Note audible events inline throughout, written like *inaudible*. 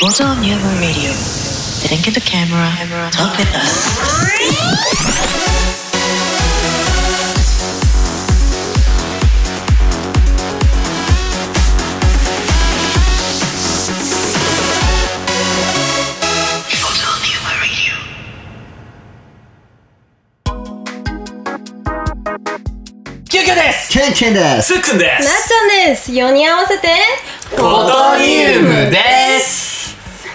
Total New Moon Radio. Then get the camera. Talk with us. キュンキュンですケンケンですっくんでなっちゃんです4人合わせてフォトニウムです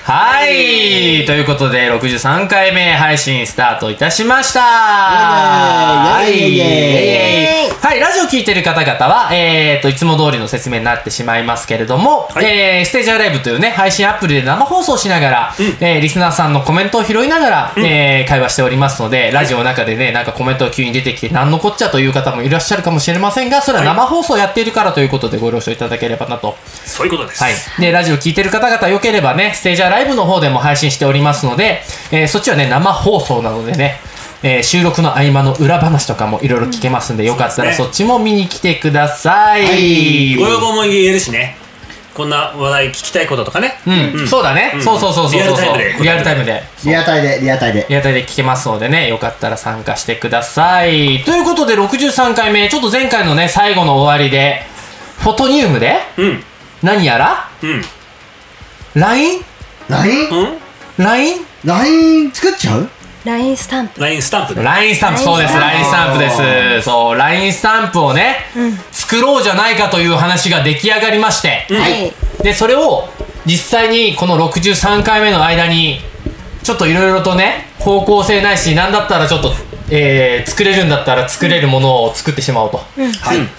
はいということで63回目配信スタートいたしましたはいイエーイイエーイイエーイはいラジオ聞いてる方々は、えー、といつも通りの説明になってしまいますけれども、えーステージアライブというね配信アプリで生放送しながら、えーリスナーさんのコメントを拾いながら、えー会話しておりますのでラジオの中でねなんかコメントが急に出てきてなんのこっちゃという方もいらっしゃるかもしれませんがそれは生放送やっているからということでご了承いただければなとそういうことです。はい。で、ラジオ聞いてる方々よければね、ステージアライブの方でも配信しておりますので、えーそっちはね、生放送なのでね、えー収録の合間の裏話とかもいろいろ聞けますんで、よかったらそうでそっちも見に来てください。ご要望も言えるしね。こんな話題聞きたいこととかね。うん、そうだね。うんそうそうそうそうそうそう。リリアアルルタタイイムムで。リアタイでリアタイでリアタイで聞けますのでね、よかったら参加してください。ということで、63回目、ちょっと前回のね、最後の終わりで、フォトニウムで、うん。何やらうん。 ?LINE?LINE? LINE? うん。 LINE 作っちゃう LINE スタンプラインスタンプね。ラインスタンプ、そうです、ラライインンススタタンンププです。そう、ラインスタンプをね、作ろうじゃないかという話が出来上がりまして、はいで、それを実際にこの63回目の間に、ちょっといろいろとね、方向性ないし、なんだったらちょっと、えー作れるんだったら作れるものを作ってしまおうと。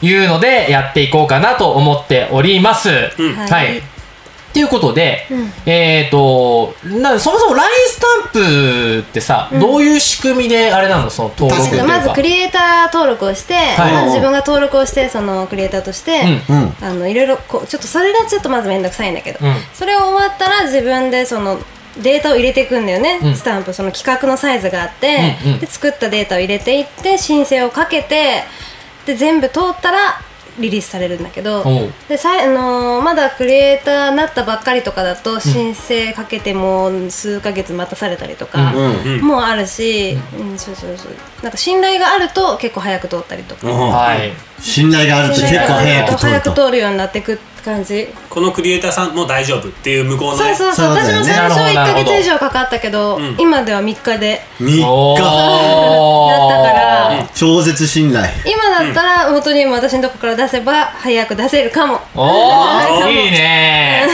いうのでやっていこうかなと思っております。んははいい。っていうことで、んえっ、となそもそも LINE スタンプってさ、どういう仕組みであれなのその登録確といかうにかまずクリエイター登録をして、いまず自分が登録をしてそのクリエイターとして、うんうんあのいろいろこうちょっとそれがちょっとまず面倒くさいんだけど、うんそれ終わったら自分でそのデータを入れていくんだよね、うんスタンプその企画のサイズがあって、うんうんで作ったデータを入れていって申請をかけてで全部通ったらリリースされるんだけどおうでさいあのーまだクリエイターになったばっかりとかだと申請かけても数ヶ月待たされたりとか、うんうんもうあるし、うん、そうそうそうなんか信頼があると結構早く通ったりとか。はい、信頼があると結構早く取る早とく通るようになってく感じこのクリエイターさんも大丈夫っていう向こうのそうね。そうそうそうだ私よねも最初は1なかるほど月以上かかったけどん今では3日で3お日なったからー超絶信頼今だったら本当に私のとこから出せば早く出せるかもお *laughs* ーいいね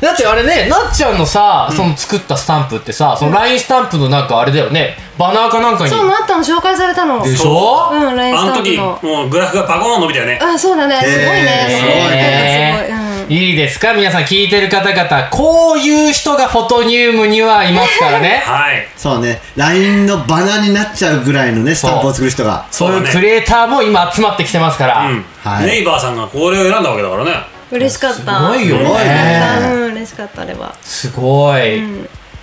だってあれねなっちゃんのさその作ったスタンプってさその LINE スタンプのなんかあれだよねバナーかなんかにそうなったの紹介されたのでしょうん LINE あスのタン時、プのもうグラフがパコーン伸びたよね。あそうだねすごいへーねすごいすごいねいいですか皆さん聞いてる方々こういう人がフォトニウムにはいますからね *laughs* はい。そうね LINE のバナになっちゃうぐらいのねスタンプを作る人がそうそいううだねクリエイターも今集まってきてますから、うんはいネイバーさんがこれを選んだわけだからね。うん嬉しかったすごいよ嬉しかったねうん嬉しかったあれはすごい、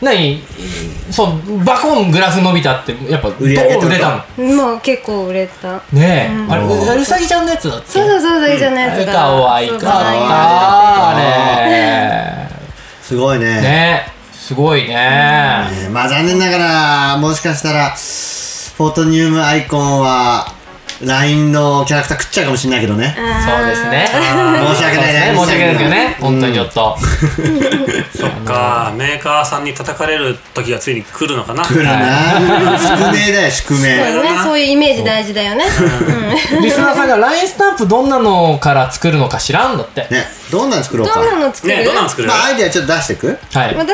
何そうバコングラフ伸びたってやっぱどう売売り上げってことれたもう結構売れたのねえ、あれうんうさぎちゃんのやつだっけそうそうそうそうじゃないやつがかわいかっそうた可愛いあすごいれねねすごいね、えーまあ残念ながらもしかしたらフォートニウムアイコンは LINE のキャラクター食っちゃうかもしれないけどねあーそうですね申し訳ないねそうですね申し訳ないですけどね、うん本当にちょっとそっか、メーカーさんに叩かれる時がついに来るのかな。来るな宿命だよ宿そう命だねそういうイメージ大事だよねリスナーさんが LINE スタンプどんなのから作るのか知らんだって、ねどんなん作うろんうどんなかの作るね、どんなの作るまあアイデアちょっと出してくはい私の中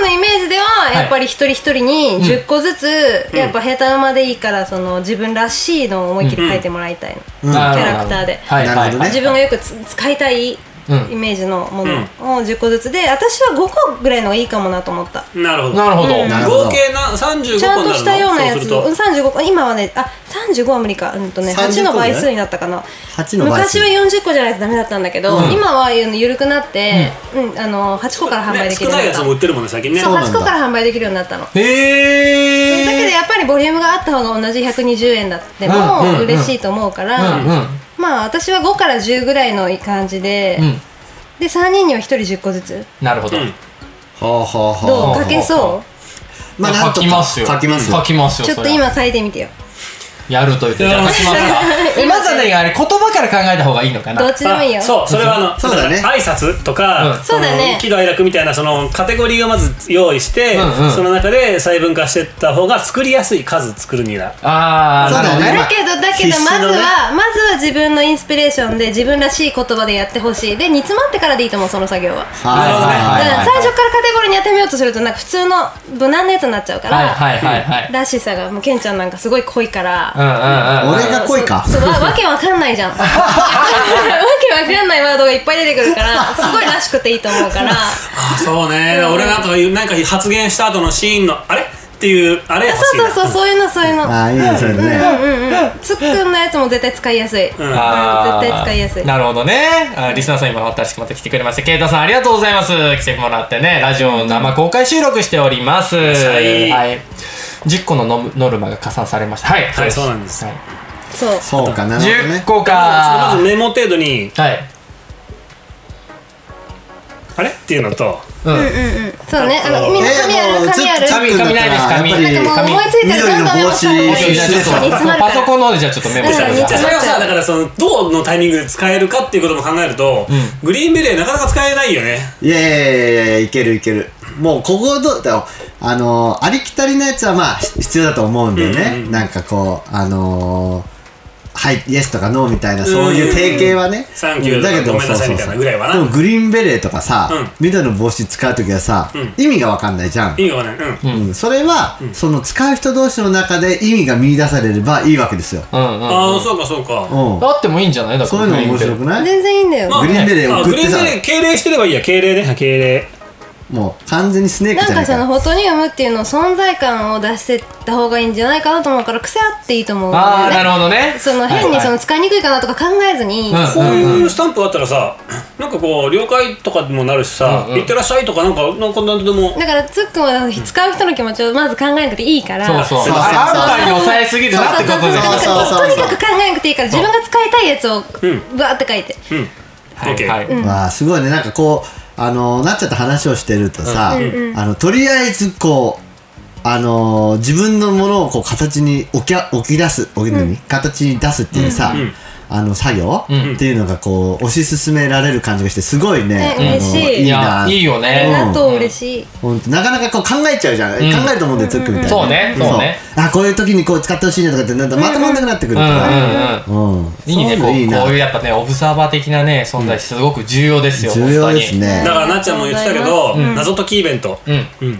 のイメージではやっぱり一人一人に10個ずつ、やっぱ下手馬でいいからその自分らしいのを思いっきり書いてもらいたいの、うんなるほどキャラクターではいはいなるほどね自分がよくつ使いたいイうんメージのものを10個ずつで私は5個ぐらいのがいいかもなと思ったなるほど。なるほど、なるほど合計な35個にちなゃるんのとしたようなやつそをうんうす35個今はねあ35は無理かうんとね30 8の個ね倍数になったかな8の倍数昔は40個じゃないとダメだったんだけど、うん今は緩くなって、うんあの8個るからと、販売ね、で少きるようなにいやなっつた、も売ってるもんね、最近ね。そうそうなん8だ個から販売できるようになったのそれだけへでえやっぱりボリュームがあった方が同じ120円だってうんうんうもん嬉しいと思うから、うんうんまあ私は5から10ぐらいの感じで、うんで3人には1人10個ずつなるほど、うんはあはあはどはうあ書けそあまあなんと書きかますよ書きます書きますうよちょっと今書いてみてよそれはやると言ってじゃあ *laughs* 書きますかえまずはねあれ言葉から考えた方がいいのかなどっちでもいいよあそうそれはあのそうだね挨拶とうかんそうだねの喜怒哀楽みたいなそのカテゴリーをまず用意してうんうんその中で細分化してった方が作りやすい数作るにはああそうだよねだけどだけど必ま須ずのねはまずは自分のインスピレーションで自分らしい言葉でやってほしいで煮詰まってからでいいと思うその作業ははいはいはいうん最初からカテゴリーに当てめようとするとなんか普通の無難なやつになっちゃうから、はいはいはいはいらしさがもうケンちゃんなんかすごい濃いから、うんうんうん俺が濃いかそうわわけわかんないじゃんわけわかんないワードがいっぱい出てくるからすごいらしくていいと思うからあそうね俺なんかなんか発言した後のシーンのあれっていうあれ欲しいそうなそうそうそういうのそういうのああいいですよねつっくんのやつも絶対使いやすい、うん、絶 *laughs* あー対使いやすいなるほどねあーリスナーさん今新しくまた来てくれましたケイタさんありがとうございます来てもらってねラジオの生公開収録しておりますはいい10個のノムノルマが加算されましたはい、はいそうなんですはい、そうそうかなるほど10ね個まかずメモ程度にはいあれっていうのとうんそうねあのみんな紙ある紙あるちょっと紙紙ないです紙なんかもう思いついてる緑の帽子どんどんメモじゃあちょっとそう煮詰まるかパらソコンの方でじゃあちょっとメモしてうんくだじゃあさいそれをさだからそのどうのタイミングで使えるかっていうことも考えると、グリーンベレーなかなか使えないよねいやいやいやいやいけるいけるもうここどうだよあのーありきたりなやつはまあし必要だと思うんだようんね、うんなんかこうあのーはい、イエスとかノーみたいなそういう定型はね、サンキューだけどごめんなさいそうそうみたいそうなぐらいはなでもグリーンベレーとかさ、うん緑の帽子使う時はさ、うん意味がわかんないじゃん意味がわかんないうんうんそれは、その使う人同士の中で意味が見出されればいいわけですよ、うんうんああそうかそうかうん、あってもいいんじゃないだかそらういうの面白くない全然いいんだよ、まあグリーンベレーあ送ってグリーさンベレー敬礼してればいいや敬礼ね敬礼もう完全にスネークなじんゃなかいそかのらフォトニウムっていうのを存在感を出してった方がいいんじゃないかなと思うから癖あっていいと思うんだああなよねるほどねその変にその使いにくいかなとか考えずに、うんこういうスタンプあったらさなんかこう了解とかにもなるしさう「んうんいってらっしゃい」とかなんかなんかなんでもだからつっくんは使う人の気持ちをまず考えなくていいからそうそうそうそうあんたに抑えすぎるなってこそうそうとですそようそうそとうそうそうにかく考えなくていいから自分が使いたいやつをんバーって書いて、うん OK はいはいまあすごいねなんかこうあのなっちゃった話をしてるとさ、あのとりあえずこうあのー自分のものをこう形に置きゃ置き出す置き何形に出すっていうさ、んあの作業、んっていうのがこう推し進められる感じがしてすごいね、うん嬉しいあのいないやいいよえねーあと嬉しい、ほんとなかなかこう考えちゃうじゃん、ん考えると思うんでつっくみたいなそうねそうねあこういう時にこう使ってほしいねとかってなんかまとまんなくなってくるうんかうんら、うんうんいいそねうこううのこういういやっぱねオブザーバー的なね存在すごく重要ですよ重要ですだねからなっちゃんも言ってたけど謎解きイベント本うん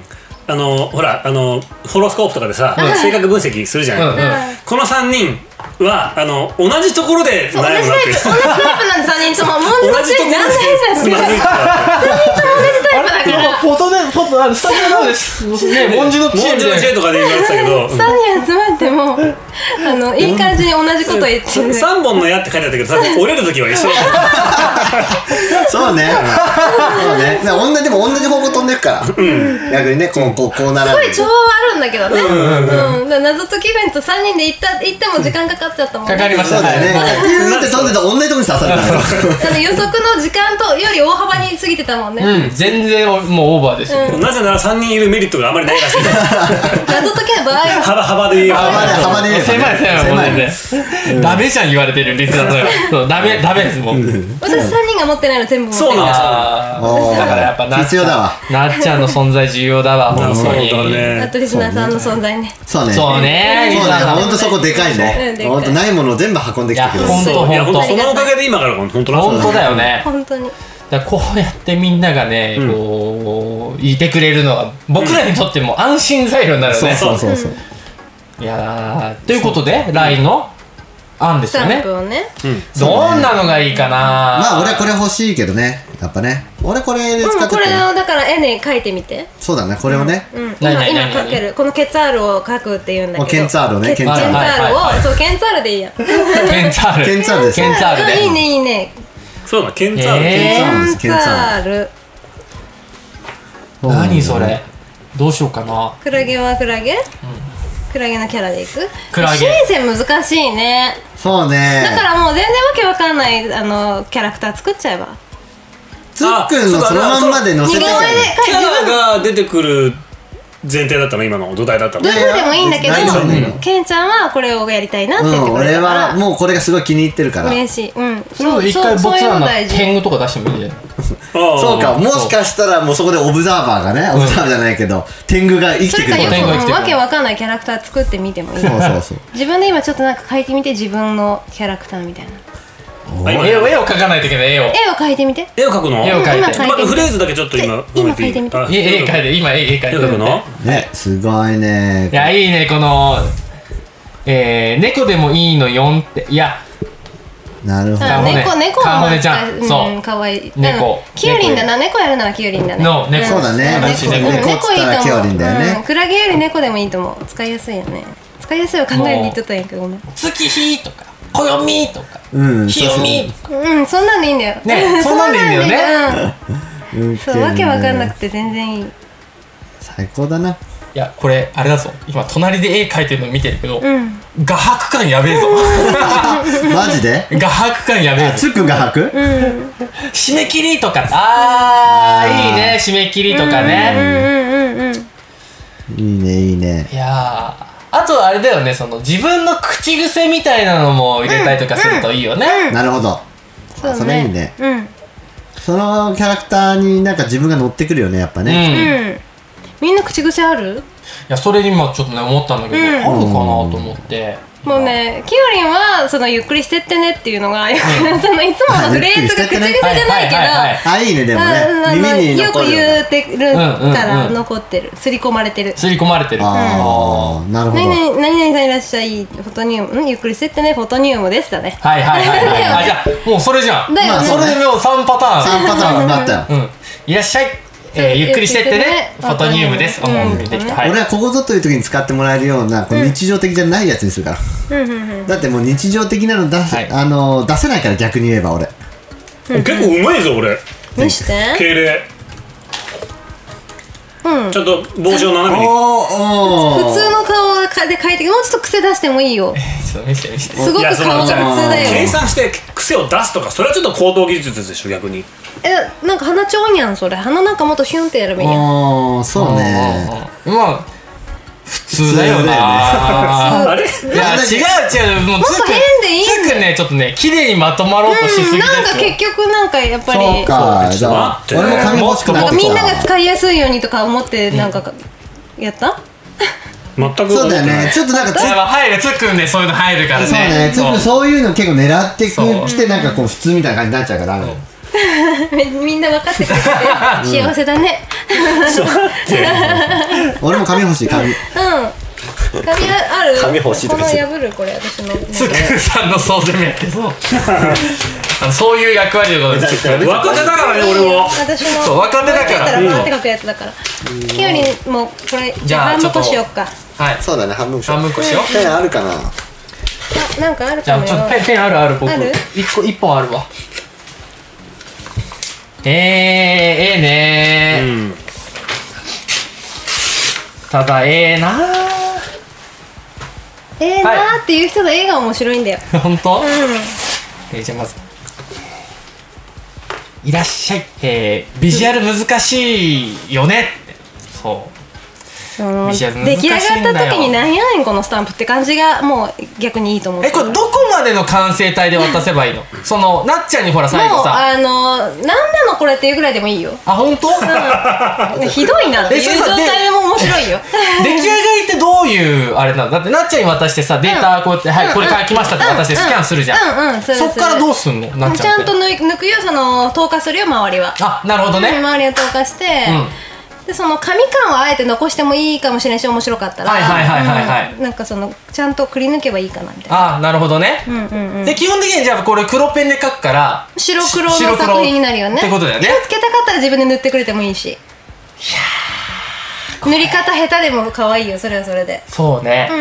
あのほらあのホロスコープとかでさ性格分析するじゃ当にうんうんないこの3人はあの同じところでそう同悩むじなタってイいうプ同じタイプなんで3人とも問同題じところ何で年つ生までずすいかてたタイプだからフォトでフォトあのスタジオのですねモンジュのチモーンムジュの知恵でとかで言われてたけどうん3人集まってもあのいい感じに同じこと言ってる3本の矢って書いてあったけど多分折れる時は一緒そうねそうねでも同じでも同じ方向飛んでくから、逆にねこうこうこうならすなごい調和はあるんだけどね、うんだから謎解きイベント3人で行った行っても時間かかっちゃったもんねかかりましそうただよねはいピューって飛んでたら同じとこに刺されたからあの予測の時間とより大幅に過ぎてたもんね、うん全然もうオーバーですよなぜなら3人いるメリットがあまりないらしい謎解きの場合は幅幅で言えば幅で幅で言えばね狭い狭いもうねダメじゃん言われてるリスナーさんそうダメダメですもう私3人が持ってないの全部持ってるそうなんあおーーだからやっぱなっち必要だわゃんなっちゃんの存在重要だわ本そう当にだあねとリスナーさんの存在ねそうねそうねそうねほんとそこでかいうんねでかいほんとないものを全部運んできてくれるいやほんとそういや本当本当そのおかげで今から本当な本当だよね本当にだからこうやってみんながね、んこういてくれるのは僕らにとっても安心材料になるよそうねそうそうそういやーということで LINE の案でスすよタンねプをねどんなのがいいかなまあ俺これ欲しいけどねやっぱね俺これで使うんってこくれれをだから絵に描いてみて、そうだねこれをねうん、今何何今何何描けるこのケツァールを描くっていうんだけどおケンツァールをねケケケンンツツァーァルールをはいはいはいそうケンツァールでいいやケンツァールケンツァールですケンツァールうんいいでねいいねそうだケンツァールえケンツケァールンツァール何それどうしようかなクラゲはクラゲ、クラゲのキャラでいくクラゲシンセン難しいねそうねだからもう全然わけわかんないあのキャラクター作っちゃえばつっくんのそのまんまで乗せ似て顔絵でキャラがが出てくる前提だったの今の土台だったのどういうのでもいいんだけどないよないよケンちゃんはこれをやりたいなっうて言ってん、くれ俺たから、はもうこれがすごい気に入ってるから。嬉しいうんそれこそ一回ボそうツいうワンのの大事天狗とか出してもいいんじゃないそうか、あもしかしたらもうそこでオブザーバーがね、オブザーバーじゃないけど、天狗が生きそてれくるかこよと天く狗が生きてくるわけわかんないキャラクター作ってみてもいいそうそうそう。自分で今ちょっとなんか描いてみて自分のキャラクターみたいなー今絵を絵を描かないといけない絵を絵を描いてみて絵を描くの絵を描い今て描いてみまてたフレーズだけちょっと今今描いてみてあ絵絵描いて今絵絵描いて絵を描くのね、すごいいね。やいいねこのえー、猫でもいいの4っていやなるほどカあモネね。猫猫はカモネまあちゃんうんそうかわいい猫うんキュウリンだな猫やるならキュウリンだねの猫そうだねん私うん猫猫いいと猫っつったらキュウリンだよね思ううんクラゲより猫でもいいと思う使いやすいよね使いやすいを考えに言っとったんやけどごめん月日とか暦とかうん、ひそうよそう。みうんそんなんでいいんだよねそんなんでいいんだよねねうんそうわけわかんなくて全然いい最高だな。いやこれあれだぞ今隣で絵描いてるの見てるけど、うん画伯感やべ *laughs* えぞマジ *laughs* で画伯感やべえぞつっくんが吐くうん締め切りとかあーいいね締め切りとかうね、んうんうんうんいいね、いいね。いやーあとあれだよねその自分の口癖みたいなのも入れたりとかするといいよね、なるほど。そうねそれいいねうんそのキャラクターになんか自分が乗ってくるよね、やっぱね。うんうんみんな口癖あるいやそれ今ちょっとね思ったんだけど、うんあるかなと思ってもうね、キヨリンはそのゆっくりしてってねっていうのが、そのいつものフレーズが口癖じゃないけど、はいはいはいはいあ、いいね、でもああね。の耳によ残くるよ言ね。ってるからうんうんうん残ってる、刷り込まれてる。刷り込まれてるああ、なるほ何ど。々何々さんいらっしゃい、フォトニウム、んゆっくりしてってね、フォトニウムですだね。はいはいはいはい、 *laughs* だよねあじゃあもうそれじゃん、だよねまあそれでもう3パターン3パターンなったよ。うんいらっしゃい、えーゆっくりしてってねフそうォトニウムです、うんおできたはい俺はここぞという時に使ってもらえるようなこう日常的じゃないやつにするから、うんうんうん。だってもう日常的なの出せ、はいあのー出せないから逆に言えば俺結構うまいぞ俺見して。敬礼うん。ちょっと帽子をお斜めにーお普通の顔で書いて、もうちょっと癖出してもいいよ。ちょっと見せて見せてすごくいやその顔が普通だじゃあよ。計算して癖を出すとかそれはちょっと高等技術でしょ逆にえ、なんか鼻ちょんやん、それ。鼻なんかもっとヒュンってやればいいやん。おーそうねうんうんうんまあ普通だよ普通だよねなあれいや違う違うもうっと変でいいんだよつくねちょっとね綺麗にまとまろうとしすぎですよなんか結局なんかやっぱりそうかじゃあちょっと待って俺も髪欲しくななっんかてきみんたなが使いやすいようにとか思ってなんかかやった *laughs* 全くそうだよねちょっとなんかつやばい入るつくんねそういうの入るからねそうねつくそういうの結構狙ってそうくきてなんかこう普通みたいな感じになっちゃうからみみんな分かってくれてて幸せだねちょっと待って俺も髪欲しい髪うん髪ある髪欲しいとこかの言って破るこれ私のつくんさんの総攻めやってそうあのそういう役割でございますつくん若手だからね俺も私のそう若手だからこうやってやったバーって書くやつだからきよりんもこれじゃあ半分こしよっかはいそうだね半分半分こしようペンあるかなあなんかあるじかゃもあよちょっとペンペンあるある僕ある一個一本あるわえー、ええねー、うんただええなええなーっていう人の絵が面白いんだよー *laughs* 本当、うんえー、じゃあまずいらっしゃいえー、ビジュアル難しいよねそうそのビジ出ュアル来難しいん上だよがった時になんやねんこのスタンプって感じがもう逆にいいと思うえこれどこまでの完成体で渡せばいいのそのなっちゃんにほら最も後うさあのー、なんなのこれっていうぐらいでもいいよあ本当ひどいなっていえう *laughs* それ状さ態でも面白いよ出来上がりってどういうあれなのだってなっちゃんに渡してさデータこうやって、はいこれから来ましたって渡してスキャンするじゃん、うんうんそれそっからどうすすんの *laughs* なるっちちゃんゃってんと抜い抜くよその透過するよ周りはあなるほどうんね、周りを透過して、うんでその紙感はあえて残してもいいかもしれないし面白かったらはいはいはいはいはいうんなんかそのちゃんとくり抜けばいいかなみたいなあなるほどね、うんうんうんで基本的にじゃあこれ黒ペンで書くから白黒のし白黒作品になるよねってことだよね色つけたかったら自分で塗ってくれてもいいし塗り方下手でも可愛いよそれはそれでそうね、う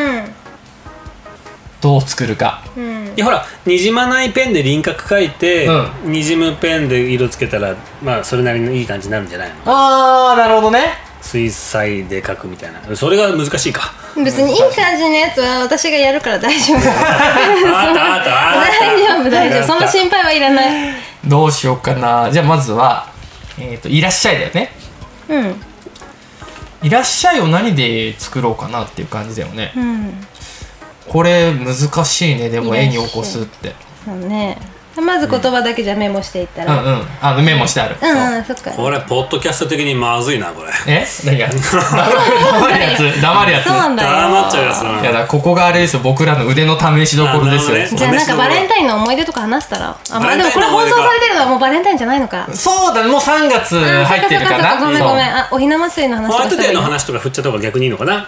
どう作るかんうんいやほらにじまないペンで輪郭描いて、うにじむペンで色つけたらまあそれなりのいい感じになるんじゃないのあーなるほどね水彩で描くみたいなそれが難しいか別にいい感じのやつは私がやるから大丈 *laughs* 夫あったあったあった大丈夫大丈夫その心配はいらないどうしようかなじゃあまずは「えー、といらっしゃい」だよねうんいらっしゃい」を何で作ろうかなっていう感じだよねうんこれ難しいねでも絵に起こすってそうねまず言葉だけじゃメモしていったうんら、うん、うんあのメモしてある、うんそっかこれポッドキャスト的にまずいなこれえ何が黙るやつ *laughs* 黙るやつそうなんだよ黙っちゃうやついやだなからここがあれですよ僕らの腕の試しどころですよ、なるほどねじゃあなんかバレンタインの思い出とか話したらあまあでもこれ放送されてるのはもうバレンタインじゃないのかそうだねもう3月あ入ってるかそっかそっかそっかごめんなごめんあおひな祭りの話ホとワかイしトたデらいーいの話とか振っちゃった方が逆にいいのかな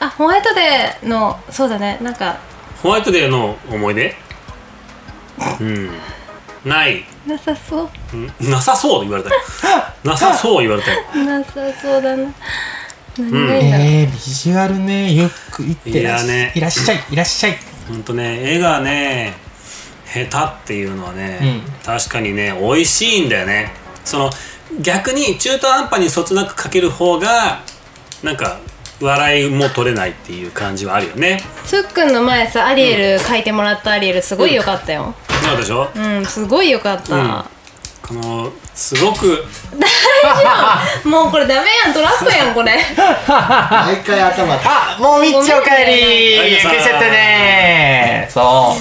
あホワイトデーのそうだねなんかホワイトデーの思い出うんないなさそんなさそう言われ *laughs* たよなさそう言われたようなさそうだな何がいいんだろう、えー、ビジュアルねよく言ってらっしいやねいらっしゃいいらっしゃいほんとね絵がね下手っていうのはね、う確かにね美味しいんだよねその逆に中途半端にそつなく描ける方がなんか笑いも取れないっていう感じはあるよねつっくんの前さアリエル書いてもらったアリエルすごい良かったよそうでしょ、うん、すごい良かった、このすごくもうこれダメやんトラップやんこれ毎回頭たあもうみっちおかえりごめんびねっくりしちゃったねそ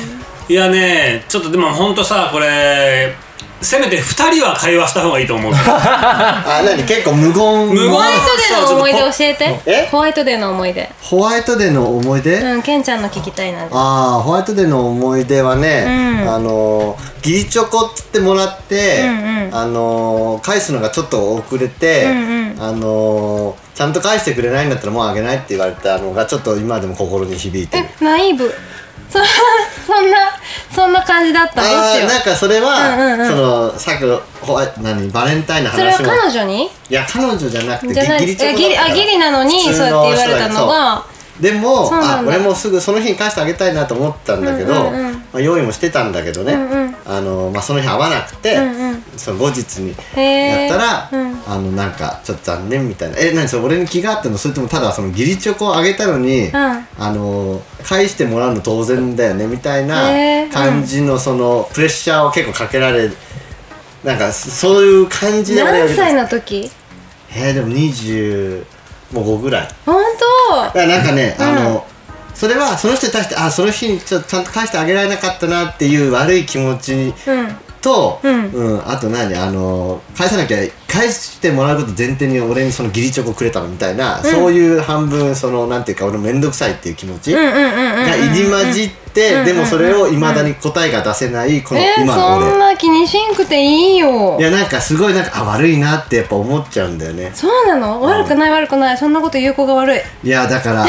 ういやねちょっとでもほんとさこれせめて2人は会話した方がいいと *laughs* 思うあ何結構無言無言ホワイトデーの思い出教えてえホワイトデーの思い出ホワイトデーの思い出、うんケンちゃんの聞きたいなああホワイトデーの思い出はね、うんあのー義理チョコっつってもらって、うんうんあのー返すのがちょっと遅れて、うんうんあのーちゃんと返してくれないんだったらもうあげないって言われたのがちょっと今でも心に響いてる。えナイーブそ *laughs* そんなそんな感じだったあどうしーよなんかそれは、うんうんうんそのさっきのホワイ何バレンタインのうそれは話も彼女にいや彼女じゃなくてじゃない義理チョえコギだったリかあらギリなのに普そう通やって言われたのがでもそうなあんだ俺もすぐその日に返してあげたいなと思ったんだけど、うんうんうんまあ、用意もしてたんだけどね、うんうんあのまあ、その日合わなくて、うんうんその後日にへやーったら、うんあのなんかちょっと残念みたいな「え何それ俺に気があったのそれともただその義理チョコをあげたのに、んあの返してもらうの当然だよね」みたいへーうなん感じのそのプレッシャーを結構かけられなんかそういう感じで俺何歳の時えー、でも20もう5ぐらい。本だからなんかね、あのそれはその人に対してあその日にちょっとちゃんと返してあげられなかったなっていう悪い気持ち当うんと、うんあと何あの返さなきゃ返してもらうこと前提に俺にその義理チョコくれたのみたいな、そういう半分そのなんていうか俺面倒くさいっていう気持ちうんがうんうんうん入り混じって、でもそれをいまだに答えが出せないこのえー、今の俺そん。な気にしんくていいよいやなんかすごいなんかあ悪いなってやっぱ思っちゃうんだよねそうなの悪くない悪くないそんなこと言う子が悪いいやだ *laughs* からあ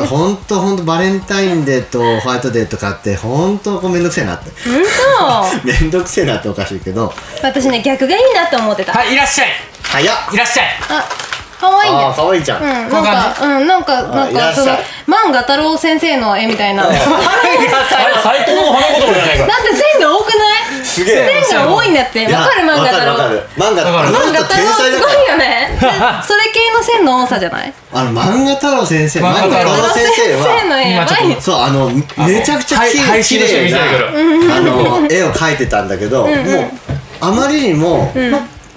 ーほんとほんとバレンタインデーとホワイトデーとかってほんとこうめんどくせえなって *laughs* 本めんどくせえなっておかしいけど当私ね逆がいいなって思ってた、はいいらっしゃい早っいらっしゃいあ可愛いあねーかわいいじゃん、うん、なんこういうか感、うん、なんか、あなんいらか、っしゃそいの、漫画太郎先生の絵みたいな。だ *laughs* って最高の花言葉じゃないか線が多くないすげえ線が多いんだって。いやわかる漫画太わかる郎。わかる漫画わあかのる漫画人太天郎才だすかごいらよね。それ系の線の多さじゃないあの漫画太郎先生漫漫画画太郎太郎先生線のは絵やばいね。そうあのめちゃくちゃはいき配き信の人れい見せなてくるあの絵を描いてたんだけどもうあまりにも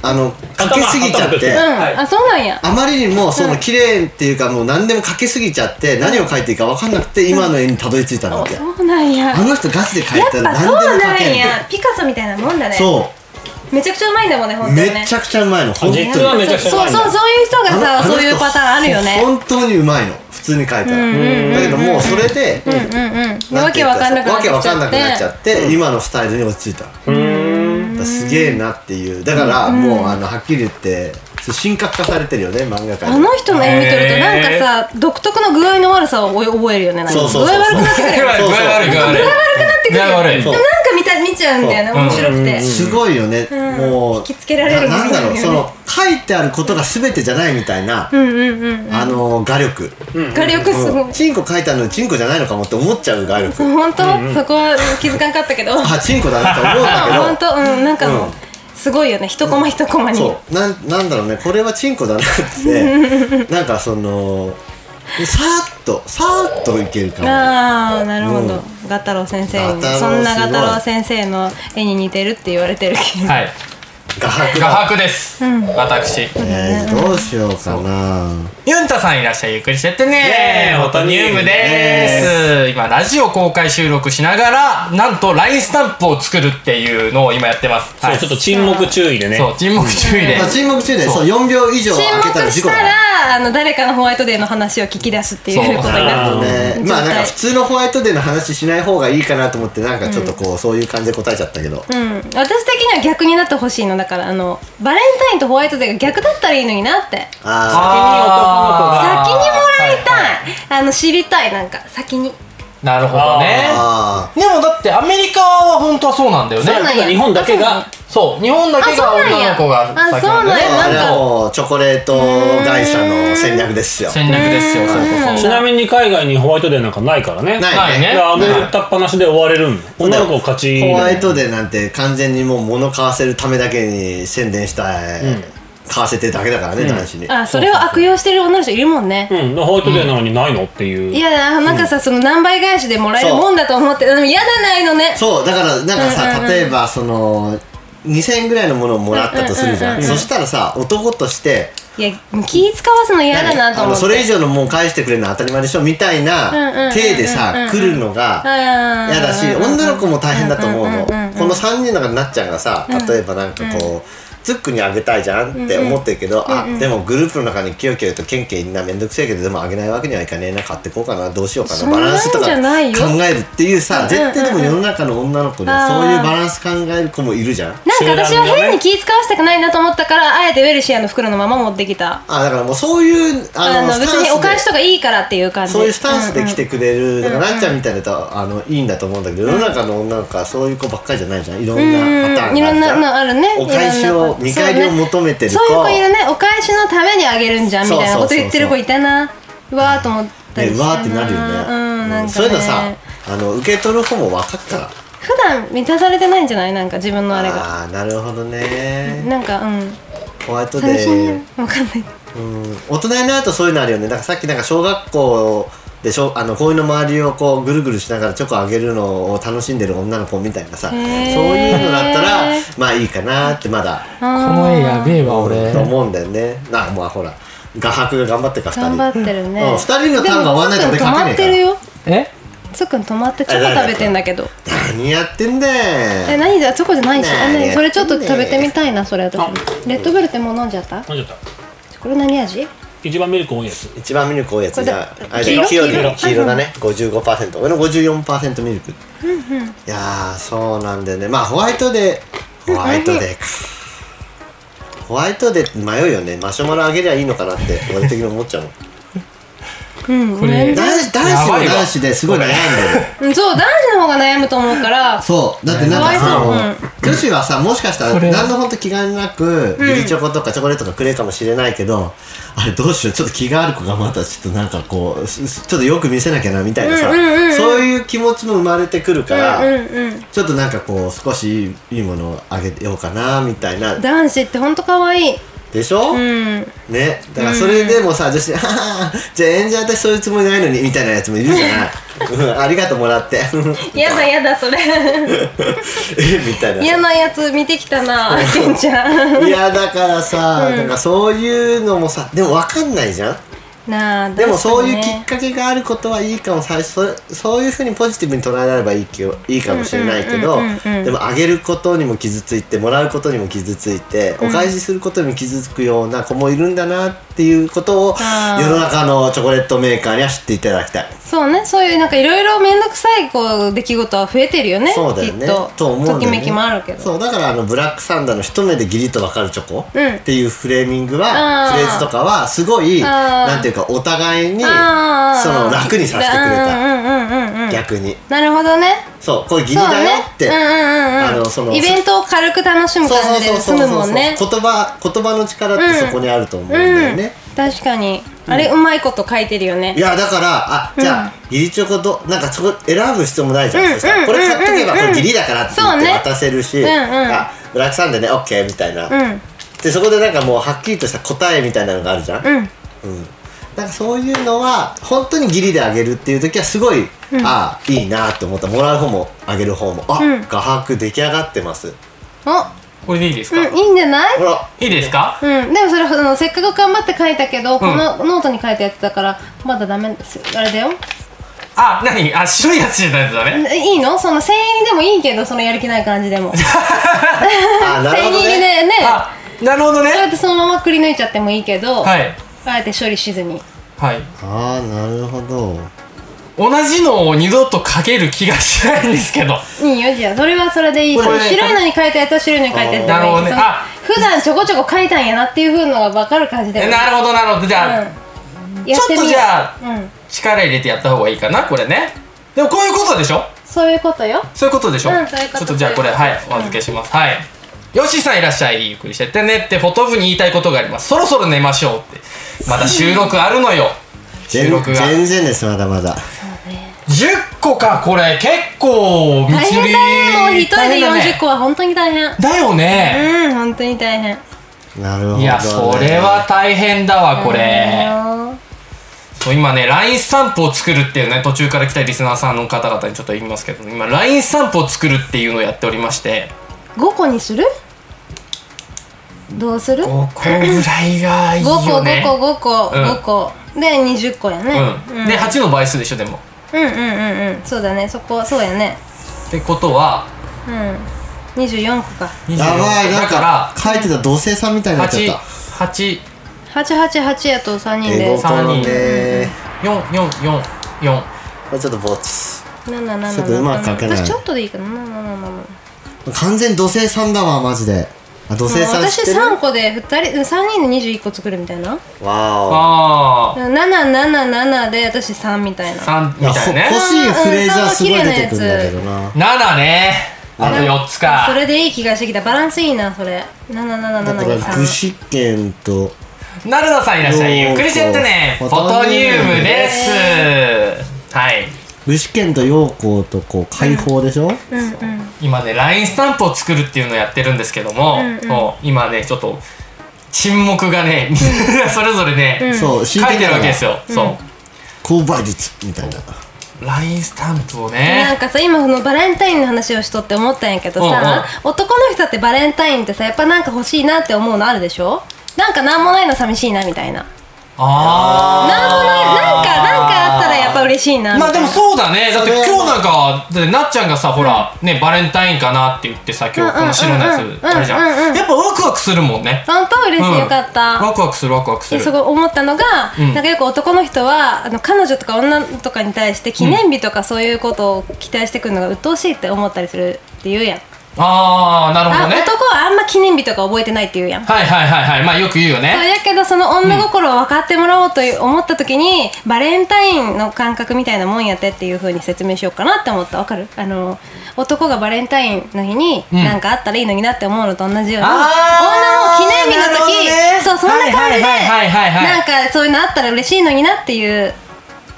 あの描きすぎちゃってうん、はいあ、そうなんや。あまりにもその綺麗っていうかもう何でもかけすぎちゃって何を書いていいか分かんなくて今の絵にたどり着いたんだってそうなんや。やあの人ガチで書いったらぱそう何でもな書けんんっや。ピカソみたいなもんだてね。そめちゃくちゃうまいんだもんね、う本当にね。めちゃくちゃうまいの本当に実はめちゃくちゃうまいんだそうそう、そういう人あのがあさ、の人そういうパターンあるよね。本当にうまいの普通に書いたらだけどもうそれでうんうん。なわんていけうわかんなくなっわけちゃわっかんなくなっちゃて。って今のスタイルに落ち着いただからすげえなっていうだからもうあのはっきり言って神格化されてるよね漫画界であの人の絵見てるとなんかさ、独特の具合の悪さを覚えるよね。なんかそうそうそう具合悪くなってくるよね。そうそう悪い具合悪い具合悪いでそうもなんか見た見ちゃうんだよね、面白くて。すごいよね、んもう引きつけられるななんだろうものだそよねの書いてあることが全てじゃないみたいな、うんうんうん。あの画力、画力すごい。チンコ書いてあるのにチンコじゃないのかもって思っちゃう画力本当そこは気づかんかったけど。あチンコだなって思うん *laughs* 本だ当うん、なんかもうんう、すごいよね、一コマ一コマけどに。そうなんなんだろうねこれはチンコだな *laughs* ってなんかそのさーっとさーっといけるからああなるほど、うガタロウ先生ガにタロウそんなすごいガタロウ先生の絵に似てるって言われてるけどはい画伯画だ伯です、私えー、どうしようかなユンタさんいらっしゃいゆっくりしてってねイェーイフォトニウムです今ラジオ公開収録しながらなんと LINE スタンプを作るっていうのを今やってますそうはいちょっと沈黙注意でねそう沈黙注意でまあ、沈黙中でそうそう4秒以上開け沈たら黙事し故ただかららあの誰かのホワイトデーの話を聞き出すっていうそうことにあなるーね、まあなんか普通のホワイトデーの話しない方がいいかなと思ってなんかちょっとこう、そういう感じで答えちゃったけど、うん、私的には逆になってほしいのだからあのバレンタインとホワイトデーが逆だったらいいのになってああ先ーにもらいはたい、あの知りたいなんか先になるほどねーあでもだってアメリカは本当はそうなんだよそねうなんや日本だけがそう日本だけが女の子が先なんだあそうなんやあそうなんねやーあなんかれもチョコレート会社の戦略ですよ戦略ですよそれこちそなみに海外にホワイトデーなんかないからねないないねいやアメリカっぱなしで終われるんだ女の子を勝ちホワイトデーなんて完全にもう物買わせるためだけに宣伝したい、買わせてるだけだからね、男子にあそれを悪用してる女の人いるもんねうん、ホワイトデーなのにないのっていういやなんかさ、その何倍返しでもらえるもんだと思ってでも嫌だないのねそうだからなんかさ、例えばその2000円ぐらいのものをもらったとするじゃん,、そしたらさ男としていや気使わすの嫌だなとあ思のってそれ以上のもう返してくれるのは当たり前でしょみたいうんうんうんうなん手でさ来るのがあー嫌だし女の子も大変だと思うのうんうんうんうんこの3人の中になっちゃんがさ例えばなんかこうズックにあげたいじゃんって思ってるけどあでもグループの中にキヨキヨとケンケンいんなめんどくせえけどでもあげないわけにはいかねえな買ってこうかなどうしようかそなんなバんランスとかじ考ゃないよえるっていうさ絶対でも世の中の女の子にはそういうバランス考える子もいるじゃんなんか私は集団のね変に気使わせたくないなと思ったからあえてウェルシアの袋のまま持ってきたあだからもうそういうああののス別タンにお返スしでとかいいからっていう感じそういうスタンスで来てくれる、だからなっちゃんみたいだとあのいいんだと思うんだけど、世の中の女の子はそういう子ばっかりじゃないじゃんいろんなパターンがあるいじゃろんんなのあるねお返しいろんをなパターン見返りを求めてる子そうねそういう子いるねお返しのためにあげるんじゃんみたいなこと言ってる子いたなうわーと思ったねりしうたわなーってなるよね,、うんなんかねそういうのさあの受け取る方も分かったら普段満たされてないんじゃないなんか自分のあれがああーなるほどね、なんかうんホワイト寂デしいねー、わかんないうん、大人になるとそういうのあるよねだからさっきなんか小学校でしょあの公園の周りをこうぐるぐるしながらチョコあげるのを楽しんでる女の子みたいなさそうへーいうのだったらまあいいかなってまだこの絵やべえわ俺と思うんだよねなあまあほら画伯が頑張ってるか頑張2って人るねうん二人のターンが終わんないと俺書けねえからでもつっくん止まってるよえつっくん止まってチョコ食べてんだけど何やってんえだよ何だチョコじゃないし、ねえあね何えそれちょっと食べてみたいなそれ私レッドブルってもう飲んじゃった飲んじゃったこれ何味一番ミルク多いやつ一番ミルク多いやつがこれだあれ黄色黄色だ黄色黄色だね55%俺の54%ミルクいやーそうなんだよねまあホワイトデーホワイトデーかホワイトデーって迷うよねマシュマロあげりゃいいのかなって俺的に思っちゃうもんうんこれね男子男や子ばいもわ男子ですごい悩んでるうんそう男子の方が悩むと思うからそうだってなんかかその、わい女子はさもしかしたこられ何のほんと気兼ねなくビリチョコとかチョコレートとかくれるかもしれないけど、あれどうしようちょっと気がある子がまたちょっとなんかこうすちょっとよく見せなきゃなみたいなさ、そういう気持ちも生まれてくるから、うんうんちょっとなんかこう少しいいいいものをあげようかなみたいな男子ってほんと可愛いでしょ、うんねだからそれでもさ女子に「ははじゃあ演者私そういうつもりないのに」みたいなやつもいるじゃない、うん、ありがとうもらって「やだやだそれえみたいな嫌なやつ見てき *laughs* たなケンちゃんいやだからさ、なんかそういうのもさでも分かんないじゃんなあでもそういうきっ確かけがあることはいいかも最初それそういうふうにポジティブに捉えられればいいけどいいかもしれないけどうんうんうんうんでもあげることにも傷ついてもらうことにも傷ついてお返しすることにも傷つくような子もいるんだなっていうことをあー世の中のチョコレートメーカーには知っていただきたい。そうねそういうなんかいろいろ面倒くさいこう出来事は増えてるよねそうだよねきっとと思うんだよねときめきもあるけどそうだからあのブラックサンダーの一目でギリと分かるチョコうんっていうフレーミングあはーフレーズとかはすごいあーなんていうかお互いにそあーの楽にさせてくれたうんうんうんうんうん逆になるほどねそうこれギリそうだだよねってあのうそんのうんうんイベントを軽く楽しむそう感じそうでそうそ済うむそうもんね言葉言葉の力ってそこにあると思うんだよね確かにあれうまいこと書いてるよいねやだからあじゃあギリチョコとなんかそこ選ぶ必要もないじゃんそしたらこれ買っとけばこれギリだからって言っそうてね渡せるしうんうんあブラックサンダーねオッケーみたいなうんでそこでなんかもうはっきりとした答えみたいなのがあるじゃん、うんなんかそういうのは本当にギリであげるっていう時はすごい、ああいいなって思ったもらう方もあげる方もあ、画伯出来上がってますおこれでいいですか、うん、いいんじゃないほらいいですかうん、でもそれあのせっかく頑張って書いたけど、こうんのノートに書いたやつだからまだダメですあれだよあ、なにあ、白いやつじゃないとダメんいいのその千円入りでもいいけどそのやる気ない感じで *laughs* も千 *laughs* あなるほ円ど入りでねねあ、なるほどそうやっねてそのままくり抜いちゃってもいいけど、はいあえて処理しずにはいああなるほど同じのを二度とかける気がしないんですけどいいよじゃあそれはそれでいいしこれね白いのに書いたやつは白いのに書いたやつでなるほもどいいねし、そのあ普段ちょこちょこ書いたんやなっていう風のが分かる感じだ *laughs* えよなるほどなるほどじゃあ、うん、ちょっとじゃああ、うん、力入れてやった方がいいかなこれねでもこういうことでしょそういうことよそういうことでしょ、うんそういうことちょっとじゃあこれそうはいういことお預けします、はいヨッシーさんいらっしゃいゆっくりしてってねってフォト部に言いたいことがありますそろそろ寝ましょうってまだ収録あるのよ *laughs* 収全録が全然ですまだまだ10個かこれ結構大変大変もう一人大変だねで40個は本当に大変だよね、うん本当に大変なるほど、ね、いやそれは大変だわこれ、そう今ね LINE スタンプを作るっていうね途中から来たリスナーさんの方々にちょっと言いますけど今 LINE スタンプを作るっていうのをやっておりまして5個にするどうする5 5個ぐらいがいい個よ5ね個5個うん5個で20個やねうんうんで8の倍数でしょでもうんうんうんうんそうだねそこそうやねってことはうん24個か24やばいなんだかか書いてた同性さんみたいにらなっちゃっ8843 888やと3た人英で語コロで444これちょっとぼっち777ちょっとうまく書けない私ちょっとでいいかな777完全土星さんだわマジであ土星さん知っ私てる3個で2人3人で21個作るみたいなわああ777で私3みたいな3おいみやたいほ欲ねしいフレーズはすごい出てくるんだけどな7ねあと4つそかれでいい気がしてきたバランスいいなそれだから777に具3志堅となるなさんいらっしゃいゆっくりしてってねどフォうぞトニウムですはい具志堅と陽光とこう解放でしょ、うんうん今ね LINE スタンプを作るっていうのをやってるんですけども、うんうんそう今ねちょっと沈黙がねみん *laughs* なそれぞれね、そう書いてるわけですよ、そ購買術みたいなう LINE スタンプをなねんかさ今このバレンタインの話をしとって思ったんやけどさ男の人ってバレンタインってさやっぱなんか欲しいなって思うのあるでしょなんかなんもないの寂しいなみたいなあなんもないなんかなんかあったらやっぱ嬉しいなみまたいあでなもそうだねだってそれは今日なんかだってなっちゃんがさほら、ねバレンタインかなって言ってさ今日この白のやうんうんうんつうんあれじうんうんゃうんんやっぱワクワクするもんね本当嬉しい、うんよかったワクワクするワクワクすでるそこ思ったのが、んなんかよく男の人はあの彼女とか女とかに対して記念日とかそういうことを期待してくるのが鬱陶しいって思ったりするって言うやん、ああなるあほどね男はあんま記念日とか覚えてないって言うやんはいはいはいはいまあよく言うよそうねやけどその女心を分かってもらおうという思った時に、バレンタインの感覚みたいなもんやってっていう風に説明しようかなって思ったわかるあの男がバレンタインの日にん何かあったらいいのになって思うのと同じように、女もあー記念日のなるほど時、ねそうそんな感じではいはいはいはいはいなんかそういうのあったら嬉しいのになっていう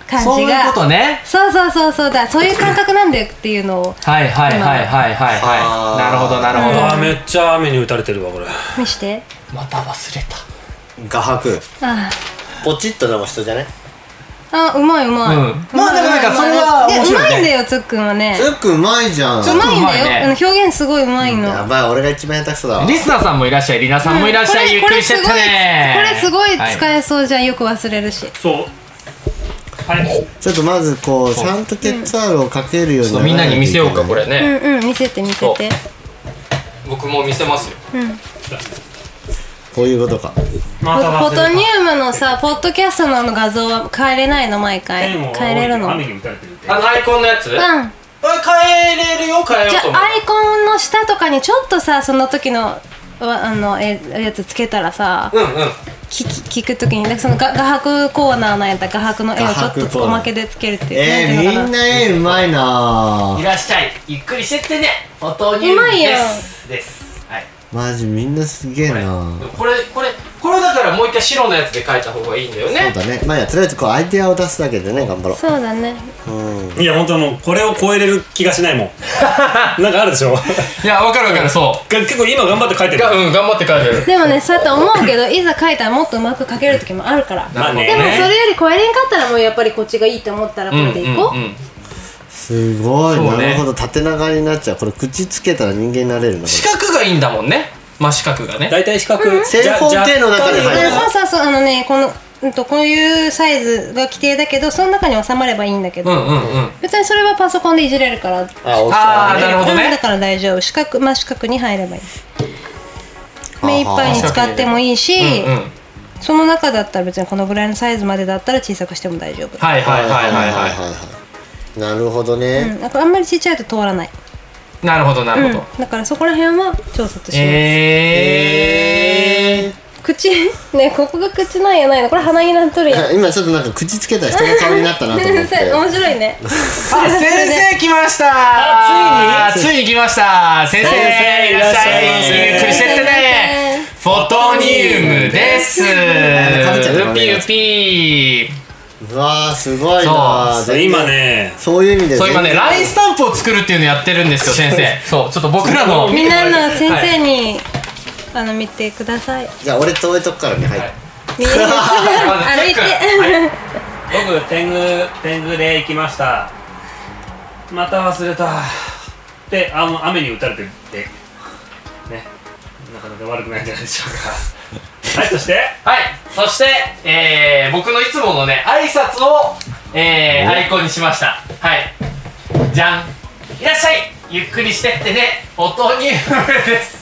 感じがそういうことねそうそうそうそうだそういう感覚なんだよっていうのをはいはいはいはいはいはいなるほどなるほど、あーめっちゃ雨に打たれてるわこれ見してまた忘れた画伯あポチッとでも人じゃねああうまいうまい、うんまあでもなんかそれは面でう白いねまいんだよつっくんはねつっくんうまいじゃんうまいんだうまいよ、ねあの表現すごいうまいの、やばい俺が一番下手くそだわリスナーさんもいらっしゃいリナさんもいらっしゃい、ゆっこくれりしてってねこれすごいこれすごいは使えそうじゃん、よく忘れるしそうはいちょっとまずこうちゃんとケツァールをかけるようちょっにとみんなに見せようかこれうね、んうん見せて見せそうて僕も見せますよこういうことかまフたォ忘フォれトたニウムのさポッドキャストのあの画像は変えれないの毎回ペンを変えれるのうん雨に打たれてるってあのアイコンのやつ、じあゃ変えれるよ変えようと思あアイコンの下とかにちょっとさその時のわあのえやつつけたらさううんうん聞き聞く時にだからその画画伯コーナーなんやったら画伯の絵をちょっとつこまけでつけるっていうえなー、んていみうのかんなな絵うまいなぁいらっしゃいゆっくりしてってね本当にうまいよですですはいマジみんなすげえなでぁもこれこれこれだからもう一回白のやつで描いた方がいいんだよそうねだねまあいいやとりあえずこうアイデアを出すだけでね頑張ろそうだねううんいや本当もうこれを超えれる気がしないもん *laughs* なんかあるでしょがいやわかるわかるそ結構今頑張って書いてうるがうん頑張って描いてるでもねそうやって思うけどいざ書いたらもっとうまく書ける時もあるからまあねでもそれより超えれんかったらもうやっぱりこっちがいいと思ったらこうんれでいこう、うんうんすごい、そうねなるほど縦長になっちゃうこれ口つけたら人間になれるのこ四角がいいんだもんね真四角がね大体四角正方形の中に入ある若干そうそうそうあのねこの、うん、とこういうサイズが規定だけどその中に収まればいいんだけうど、んうんうん別にそれはパソコンでいじれるかられあ大きあーさなるほどねだから大丈夫四角真四角に入ればいいあ目いっぱいに使ってもいいし、うんうんその中だったら別にこのぐらいのサイズまでだったら小さくしても大丈夫、はいはいはいはいはいははいなるほどね、うん、なんかあんまりちっちゃいと通らない、いなるほどなうるんほど、だからそこら辺は調節します、え口ねここが口なんやないのこれ鼻になっとるやん *laughs* 今ちょっとなんか口つけた人の顔になったなと思っ *laughs* 先て生面白いねー、あ先生来ましたついについに来ました先生いらっしゃいゆっくりしてってねフォトニウムでかすぶっちゃったウピウピうわーすごいなそう今ねそういう意味でそう今ね全然ラインスタンプを作るっていうのやってるんですよ先生そうちょっと僕らのみんなの先はい生に、 *laughs* あの見てくださいじゃあ俺遠いとこからねはい、見え *laughs* る歩いて、僕天狗天狗で行きましたまた忘れたであの雨に打たれてでねなかなか悪くないんじゃないでしょうかはいそしてはい、そして、えー、僕のいつものね、挨拶を、えー、アイコンにしました。はい。じゃん。いらっしゃいゆっくりしてってね、お豆乳です。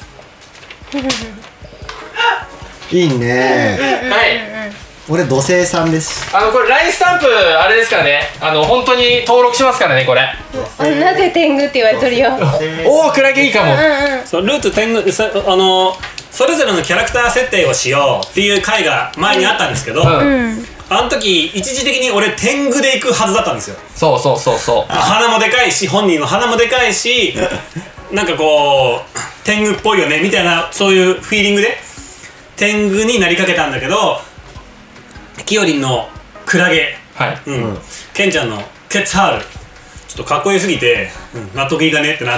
いいね *laughs* はい。俺土星さんですあの、これ、LINE スタンプ、あれですからね、あの、本当に登録しますからね、これ。 *laughs* あなぜ天狗って言われとるよおー、クラゲいいかも。うんうんそうルーツ天狗そあのそれぞれのキャラクター設定をしようっていう回が前にあったんですけど、うん。うんあの時一時的に俺天狗で行くはずだったんですよそうそうそうそう。鼻もでかいし本人の鼻もでかいしなんかこう天狗っぽいよねみたいなそういうフィーリングで天狗になりかけたんだけどきよりんのクラゲ、はい。うんケンちゃんのケツハールちょっとかっこよすぎて、うん納得いかねえって *laughs* なっ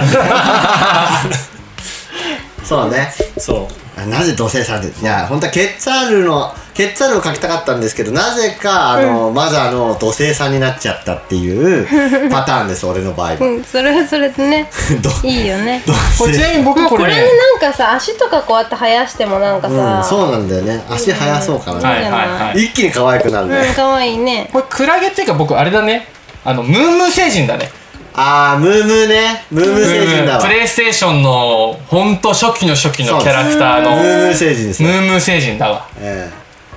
そうねてそうあなぜ土星さんですいや本当はケッツァールのケッツァールを書きたかったんですけどなぜかあの、マザーの土星さんになっちゃったっていう *laughs* パターンです俺の場合は、うん、それはそれでねどいいよね土これ、星ちなみにも僕うここれれにね、なんかさ足とかこうやって生やしてもなんかうんさ、そうなんだよね足生やそうかな、れはいはいはい。一気に可愛くなるうね、ん可愛いねこれ、クラゲっていうか僕、あれだね、あの、ムームー星人だね。あームームーねムームー星人だわプムレイステーションのほんと初期の初期のキャラクターのームムー星人ですーね、ムー星人だわええ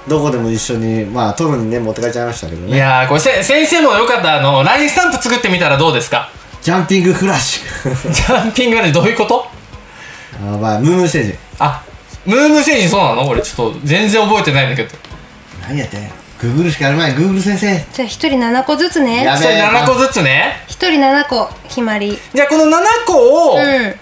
どこでも一緒にまあトロにね持って帰っちゃいましたけどいねやーこれせ先生もよかったらあの LINE スタンプ作ってみたらどうですか *laughs* ジャンピングフラッシ *laughs* ュジャンピングラインどういうことやばいムームー星人あムームー星人そうなの俺ちょっと全然覚えてないんだけど何やってグーグルしかやるまいグーグル先生じゃあ一人7個ずつねやそべえれ7個ずつね一人7個決まりじゃあこの7個を、うん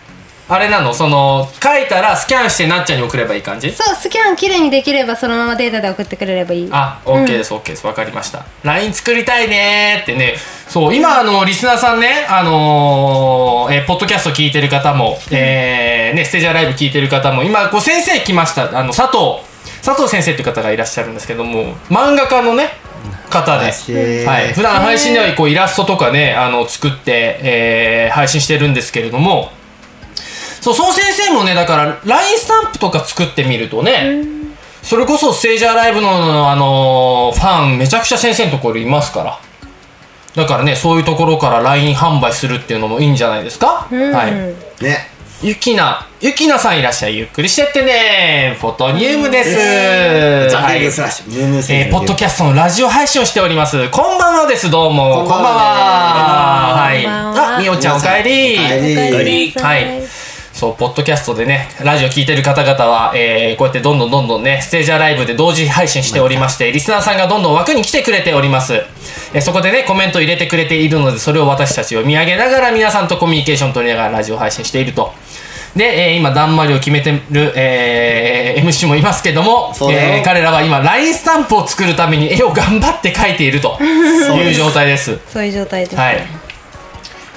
あれなのその書いたらスキャンしてなっちゃんに送ればいい感じそうスキャン綺麗にできればそのままデータで送ってくれればいいあ、OK です、OK です。わかりました。LINE 作りたいねーってね、そう、今、あの、リスナーさんね、あのーえーポッドキャスト聞いてる方も、えーね、ステージアライブ聞いてる方も、今、こう、先生来ました、あの、佐藤、佐藤先生っていう方がいらっしゃるんですけども、漫画家のね、方で、素晴らしいはい、普段配信ではこうイラストとかねあの作って、えー配信してるんですけれどもそうその先生もねだから LINE スタンプとか作ってみるとねそれこそステージアライブの、あのーファンめちゃくちゃ先生のところいますからだからねそういうところから LINE 販売するっていうのもいいんじゃないですか、うん、はいねゆきなゆきなさんいらっしゃいゆっくりしてってねフォトニウムです、ジャンピングはいフラッシュムームー星え人ー、ポッドキャストのラジオ配信をしております。こんばんはです、どうも。こんばんははい。こんばんはあ、みおちゃんおかえり。おかえおり帰りなさいはいそう、ポッドキャストでね、ラジオ聞いてる方々は、えー、こうやってどんどんどんどんね、ステージアライブで同時配信しておりまして、リスナーさんがどんどん枠に来てくれております。えーそこでね、コメント入れてくれているので、それを私たちを見上げながら皆さんとコミュニケーション取りながらラジオ配信していると。で、えー今、だんまりを決めてる、えー MC もいますけども、そうだよえー彼らは今、LINE スタンプを作るために絵を頑張って描いているという状態です。そういう状態です、はい。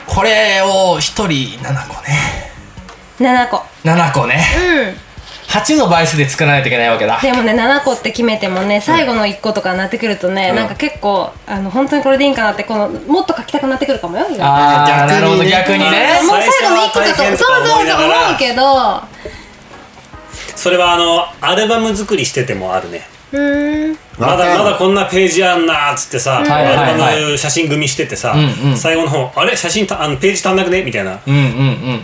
これを一人7個ね。 7個7個ね。うん8の倍数で作らないといけないわけだでもね7個って決めてもね最後の1個とかになってくるとね、なんか結構あの本当にこれでいいんかなってこのもっと書きたくなってくるかもよ意外とああなるほど逆逆ににねねもう最後の1個かとそうそうそう思うけどそれはあのアルバム作りしててもあるねうーんまだわかるまだこんなページあんなーっつってさ、はいはいはいアルバム写真組みしててさ、うんうん最後の方あれ写真たあのページ足んなくねみたいなうんうんうん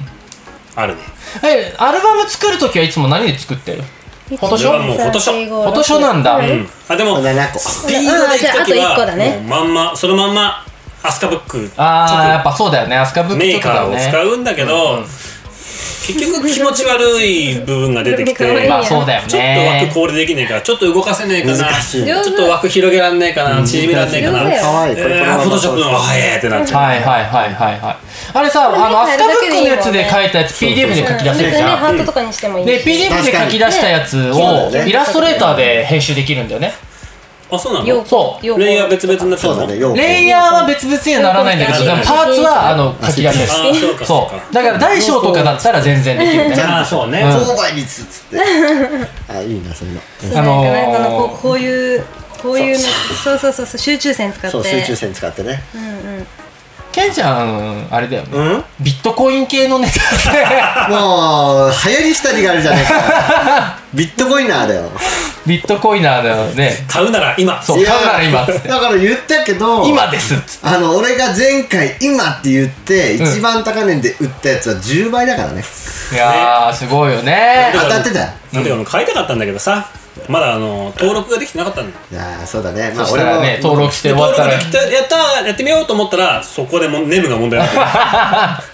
あるねえアルバム作るときはいつも何で作ってるフォトショーもうフォトショーフォトショーなんだうんあでもそうだねこうスピードでいくときうんじゃああと一個だねはもうまんまそのまんまアスカブックああやっぱそうだよねアスカブックメとーかカだーよをね使うんだけど、結局気持ち悪い部分が出てきて、うんまあそうだよちょっとね枠これできねえからちょっと動かせねえかな難しいちょっと枠広げらんねえかな縮めらんねえかな上手よ可愛いこれえこれーフォトショップのこ方が早いってなっちゃう、はいはいはいはいはいあれされねあのアスカブックのやつあれだけでいいよでね書いたやつ PDF で書き出うせるじん別にねゃんハートとかにしてもいいで PDF で書き出したやつそうだよをねイラストレーターで編集できるんだよねあそうなよのそうよレイヤー別々になっちゃそううのだねようレイヤーは別々にはならないんだけどでもパーツはあの書き出せるあーそうかそそうかうだから大小とかだったら全然できるねじゃあああそうね、購買率っつってあいいなそういうのあのーなんかなんかこうこういうこういうのそうそうそうそう集中線使ってそう集中線使ってねうんうんケンちゃんあれだよねうんビットコイン系のネ *laughs* タもう流行りしたりがあるじゃない *laughs* かビットコイナーだよビットコインナーだよね買うなら今そういや買うなら今っつってだから言ったけど今ですっつってあの俺が前回今って言ってうん一番高値で売ったやつは10倍だからねいやーすごいよね当たってたよなんで俺も買いたかったんだけどさまだあの登録ができてなかったんだいやーそうだねまそあ俺したらもね登録して終わ登った録らできたやったーやってみようと思ったらそこでもうネムが問題だった *laughs*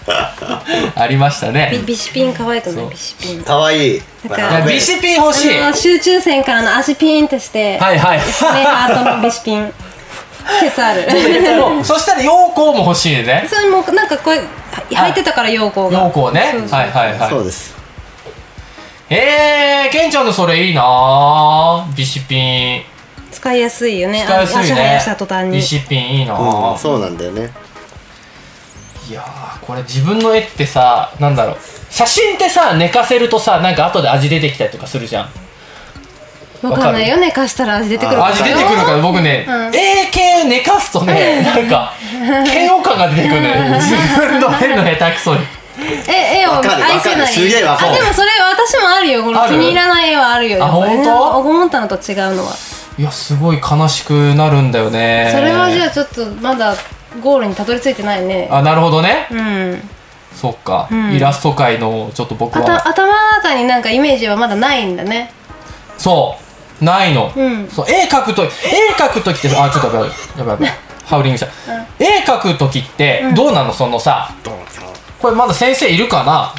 ありましたビねビシピン可愛くないビシピンかわいいだかいらやビシピン欲しいあはの集中線からの足ピーンってしていはいねハートのビシピ *laughs* ンケツあるそうそしたら陽光も欲しいねそれもなんかこれ履いてたから陽光が陽光ねそうそうはいはいそうはですいえーケンちゃんのそれいいなービシピン使いやすいよね使いやす足い生やねした途端にビシピンいいなーうんそうなんだよねいやーこれ自分の絵ってさなんだろう写真ってさ寝かせるとさなんか後で味出てきたりとかするじゃんわかんないよね貸したら味出てくるあ味出てくるから僕ね、うん絵系寝かすとねなんか嫌悪感が出てくるね自分の絵の下手くそにえ絵をわかる愛せわかなるいすげえわかるあでもそれ私もあるよこのある気に入らない絵はあるよあ本当思ったのと違うのはいやすごい悲しくなるんだよねそれはじゃあちょっとまだゴールにたどり着いてないねあなるほどねうんそっか、んイラスト界のちょっと僕あたは頭の中になんかイメージはまだないんだねそうないの、うんそう絵描くと絵描く時ってあちょっとやばいやばいやばいハウリングした、絵描く時ってどうなのそのさ、これまだ先生いるかな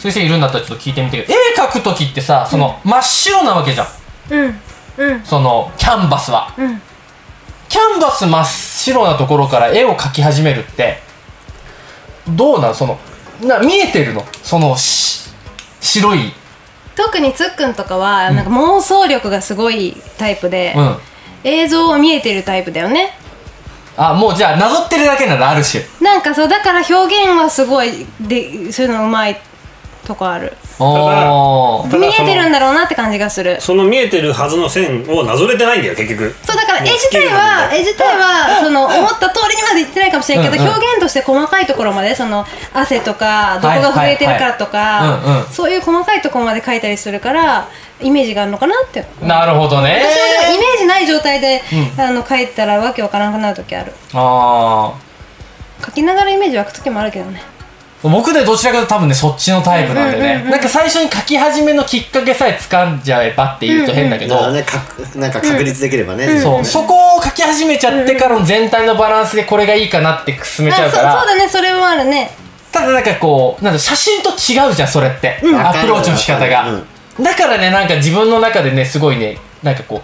先生いるんだったらちょっと聞いてみてけど絵描く時ってさその真っ白なわけじゃんうんうんそのキャンバスはうんキャンバス真っ白なところから絵を描き始めるってどうなのそのな見えてるのそのし白い特につっくんとかはなんか妄想力がすごいタイプで、うん映像を見えてるタイプだよねあもうじゃあなぞってるだけなんだある種なんかそうだから表現はすごいでそういうのうまいとこあるおー見だえてるんだろうなって感じがするその見えてるはずの線をなぞれてないんだよ結局そうだから絵もう自体スキルはの問題絵自体はその思った通りにまでいってないかもしれんけど、うんうん表現として細かいところまでその汗とかどこが震えてるかとはいはいはいうんかうんそういう細かいところまで描いたりするからイメージがあるのかなってなるほどね私はでもイメージない状態で、あの描いたらわけわからなくなる時あるああ描きながらイメージ湧く時もあるけどね僕ねどちらかというと多分ねそっちのタイプなんだようんね、うんうんうんなんか最初に書き始めのきっかけさえ掴んじゃえばっていうと変だけど、だからねかくなんか確立できればねそうそこを書き始めちゃってからの全体のバランスでこれがいいかなって進めあちゃそううそかうらだねそれもあるねただなんかこうなんだ写真と違うじゃんそれって、アプローチの仕方わかるわがか、だからねなんか自分の中でねすごいねなんかこう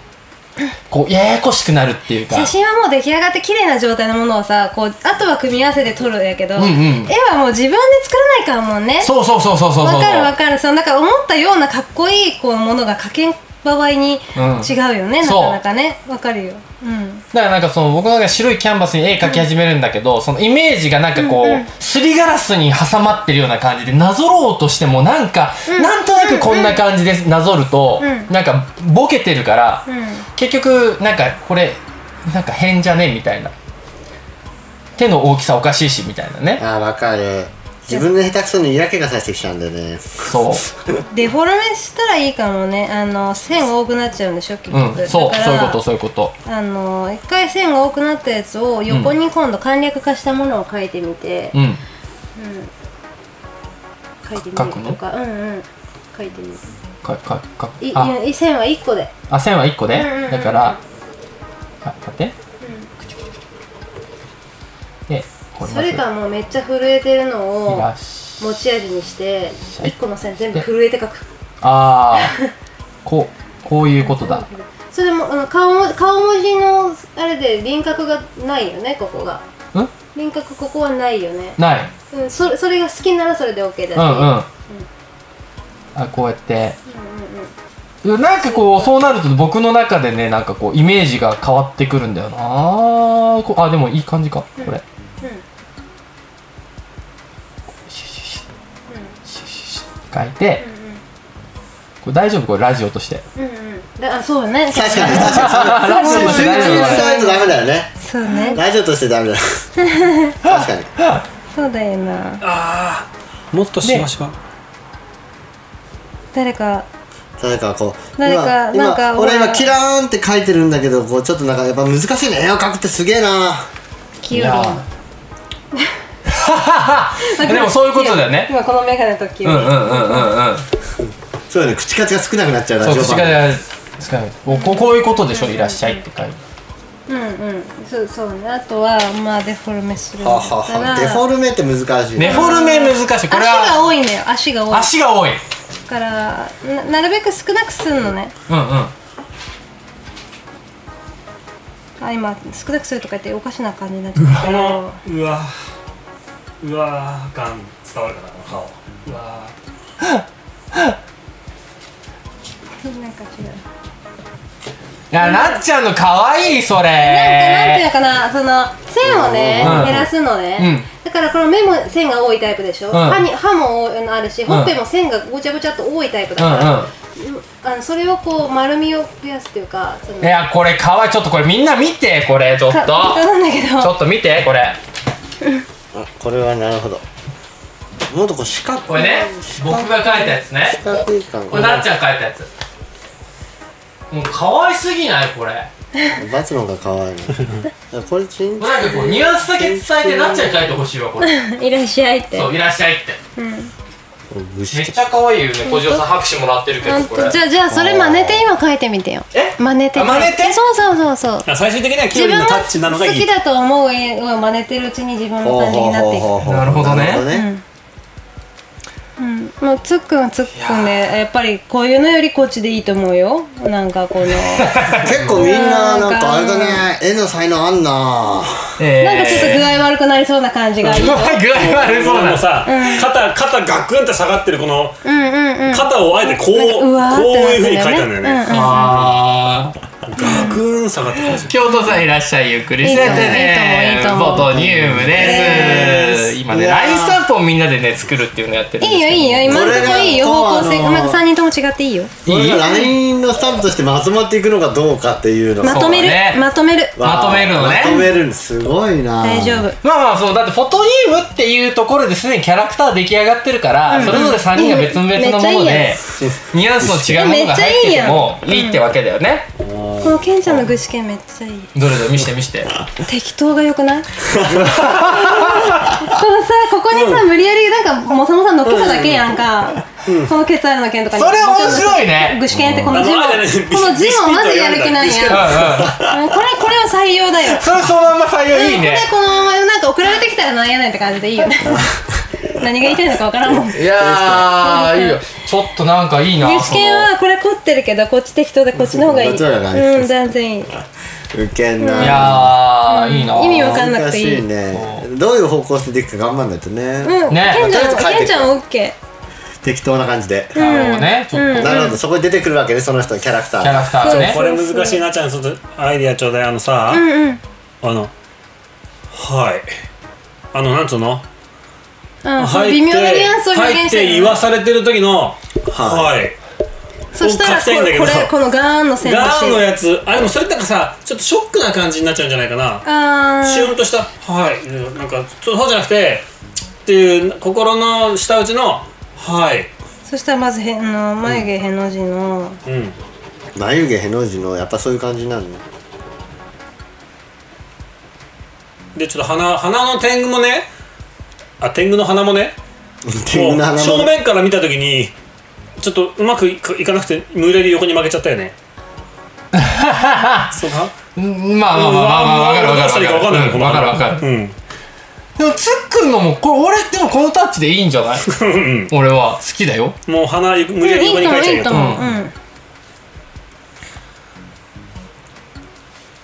こうややこしくなるっていうか写真はもう出来上がって綺麗な状態のものをさこうあとは組み合わせて撮るんやけど、んうん絵はもう自分で作らないからもんねそうそうそうそうそうそうわかるわかるそのだから思ったようなかっこいいこうものが描けん場合にうん違うよね、なそうかなかねわかるようんだからなんかその僕が白いキャンバスに絵描き始めるんだけど、そのイメージがなんかこう、すりガラスに挟まってるような感じでなぞろうとしてもなんか、なんとなくこんな感じでなぞると、うんなんかボケてるから、うん結局なんかこれなんか変じゃねみたいな手の大きさおかしいしみたいなねあーわかる自分の下手くそに嫌気がさしてきちゃうんだよねそうデフォルメしたらいいかもねあの線多くなっちゃうんでしょ結局、うんそだうからそういうことそういうことあの一回線が多くなったやつを横に今度簡略化したものを書いてみて、うん書いてみ書くるのとかうんうん書いてみるかかかいいあや線は一個であ線は1個で、うんうんうんだからあ立って、でこれそれまかもうめっちゃ震えてるのずを東持ち味にしてはい一個の線全部震えて書くああこうこういうことだそれもあの顔も顔文字のあれで輪郭がないよねここがうん輪郭ここはないよね、ないうん、それそれが好きならそれで OK だしうんうん、あこうやってなんかこうそうなると僕の中でねなんかこうイメージが変わってくるんだよなこうあでもいい感じかこれ、シュシュシュシュシュシュ書いて、これ大丈夫これラジオとしてうんうんだあそうね確かに確かラに集中し大丈夫だないとダメだよねそうねラジオとしてダ *laughs* メだ確かにそうだよなもっとしわしわ。誰か誰かこう誰か今なんか今俺ほ今らキラーンって書いてるんだけどこうちょっとなんかやっぱ難しいね絵を描くってすげえないいややーでもそういうことだよね今このメガネとキうュんウうリ、んうんうんうんそうよね口数が少なくなっちゃうラそうジオ口番が組や使うこうこうこういうことでしょ「いらっしゃい」って書いてうんうんそうそうねあとはまあデフォルメするんだはあったらはあはあデフォルメって難しいデフォルメ難しいこれ足はが多いんだよ足が多い足が多いだからななるべく少なくするのねうんうんあ今少なくするとか言っておかしな感じになっちゃったこけどのうわうわ感伝わるかなこの顔うわなんか違ういやなっちゃんの可愛いそれなんかなんていうのかなその線をね、うん減らすのね、だからこの目も線が多いタイプでしょ、ん歯に歯も多いあるし、んほっぺも線がごちゃごちゃっと多いタイプだから、うんあのそれをこう丸みを増やすっていうかそのうんうんいやこれ可愛いちょっとこれみんな見てこれちょっとかなんだけどちょっと見てこれあこれはなるほどもっとこう四角これね僕が描いたやつね四角い感これなっちゃん描いたやつもう可愛すぎないこれバツの方が可愛いなこれちんもうなんかこうニュアンスだけ伝えてなっちゃんに描いてほしいわこれいらっしゃいってそういらっしゃいってぐしめっっとちゃ可愛いよね小嬢さん拍手もらってるけほどんこれとじゃあじゃあそれ真似て今書いてみてよえ真似てあ真似てそうそうそうそう最終的にはキュ自ウリ分のがタッチなのが好いいき。だと思う絵を真似てるうちに自分の感じになっていくほうなるほどねなるほどねうん、もうつっくんはつっくんでやっぱりこういうのよりこっちでいいと思うよなんかこの結構みんななんかあれだね絵の才能あんななんかちょっと具合悪くなりそうな感じがいいよ具合悪そうあなのさ、肩、肩ガクンって下がってるこの、うんうんうん肩をあえてこう、うわーってなってるよねこういうふうに書いたんだよね。あーガクン下がってる感じ。京都さんいらっしゃいゆっくりしてってねいいと思ういいと思うボトニウムです今いねやー LINE スタンプをみんなでね作るっていうのやってるんいいですよけどいいよ今のところいいよこれが方向性こうあうのーまく3人とも違っていいよこれが LINE のスタンプとしてまとまっていくのかどうかっていうのがまとめる、そうだねまとめるまとめるのねまとめるのすごいな大丈夫まあまあそうだってフォトニウムっていうところですでにキャラクター出来上がってるから、それぞれ3人が別々のものうんめでっニュアンスの違うものが入っててもいいってわけだよね、このケンちゃんの具志堅めっちゃいいどれだ見して見して適当が良くないこのさここにさ、無理やりなんかもさもさ乗っけただけやんか、このケツあるの件とかにそれ面白いね具志堅ってこの字もうんこの字もマジやる気ないやんうんうんもうこれこれは採用だよそれそのまんま採用いいこれねこのままなんか送られてきたらなんやねんって感じでいいよね何が言いたいのかわからんもん具いやーいいよちょっとなんかいいな志堅はこれ凝ってるけどこっち適当でこっちの方がいいこっちの方がいいうん断然いいウケんそなのいやー、いいな意味わかんなくていい難しいねどういう方向性でいくか頑張んないとねうん、ねケンちゃんとりあえず書いてケンちゃんオッケ適当な感じで。なるほどねちょっとなるほど、そこに出てくるわけね、その人のキャラクタキャー。ラクターねこれ難しいなちゃんちょっとアイディアちょうだいあのさ、うんうんあのはいあのなんつうのうん、そう入って微妙なニュアンスを表入現っしててる言わされてる時のはいそしたらを書きたいんだけどこれこのガーンの線とガーンのしてやつあでもそれってなんかさちょっとショックな感じになっちゃうんじゃないかなあシューンとしたはいなんかそうそうじゃなくてっていう心の下打ちのはいそしたらまずへあの眉毛への字のうん眉毛への字の、やっぱそういう感じになるの。でちょっと鼻鼻の天狗もねあ天狗の鼻もね天狗のも鼻う正も。面から見た時にちょっとうまくいかいかなくて無理やり横に曲げちゃった *laughs* よねそうかうんまあまあまあまあまあわかるわかるわかるうんわかるわかるるうんでもつっくんのもこれ俺でもこのタッチでいいんじゃ *laughs* ない *laughs* 俺は好きだよもう鼻ゆ無理やりいい横に書いと思うちゃういいよとと思う、ううん、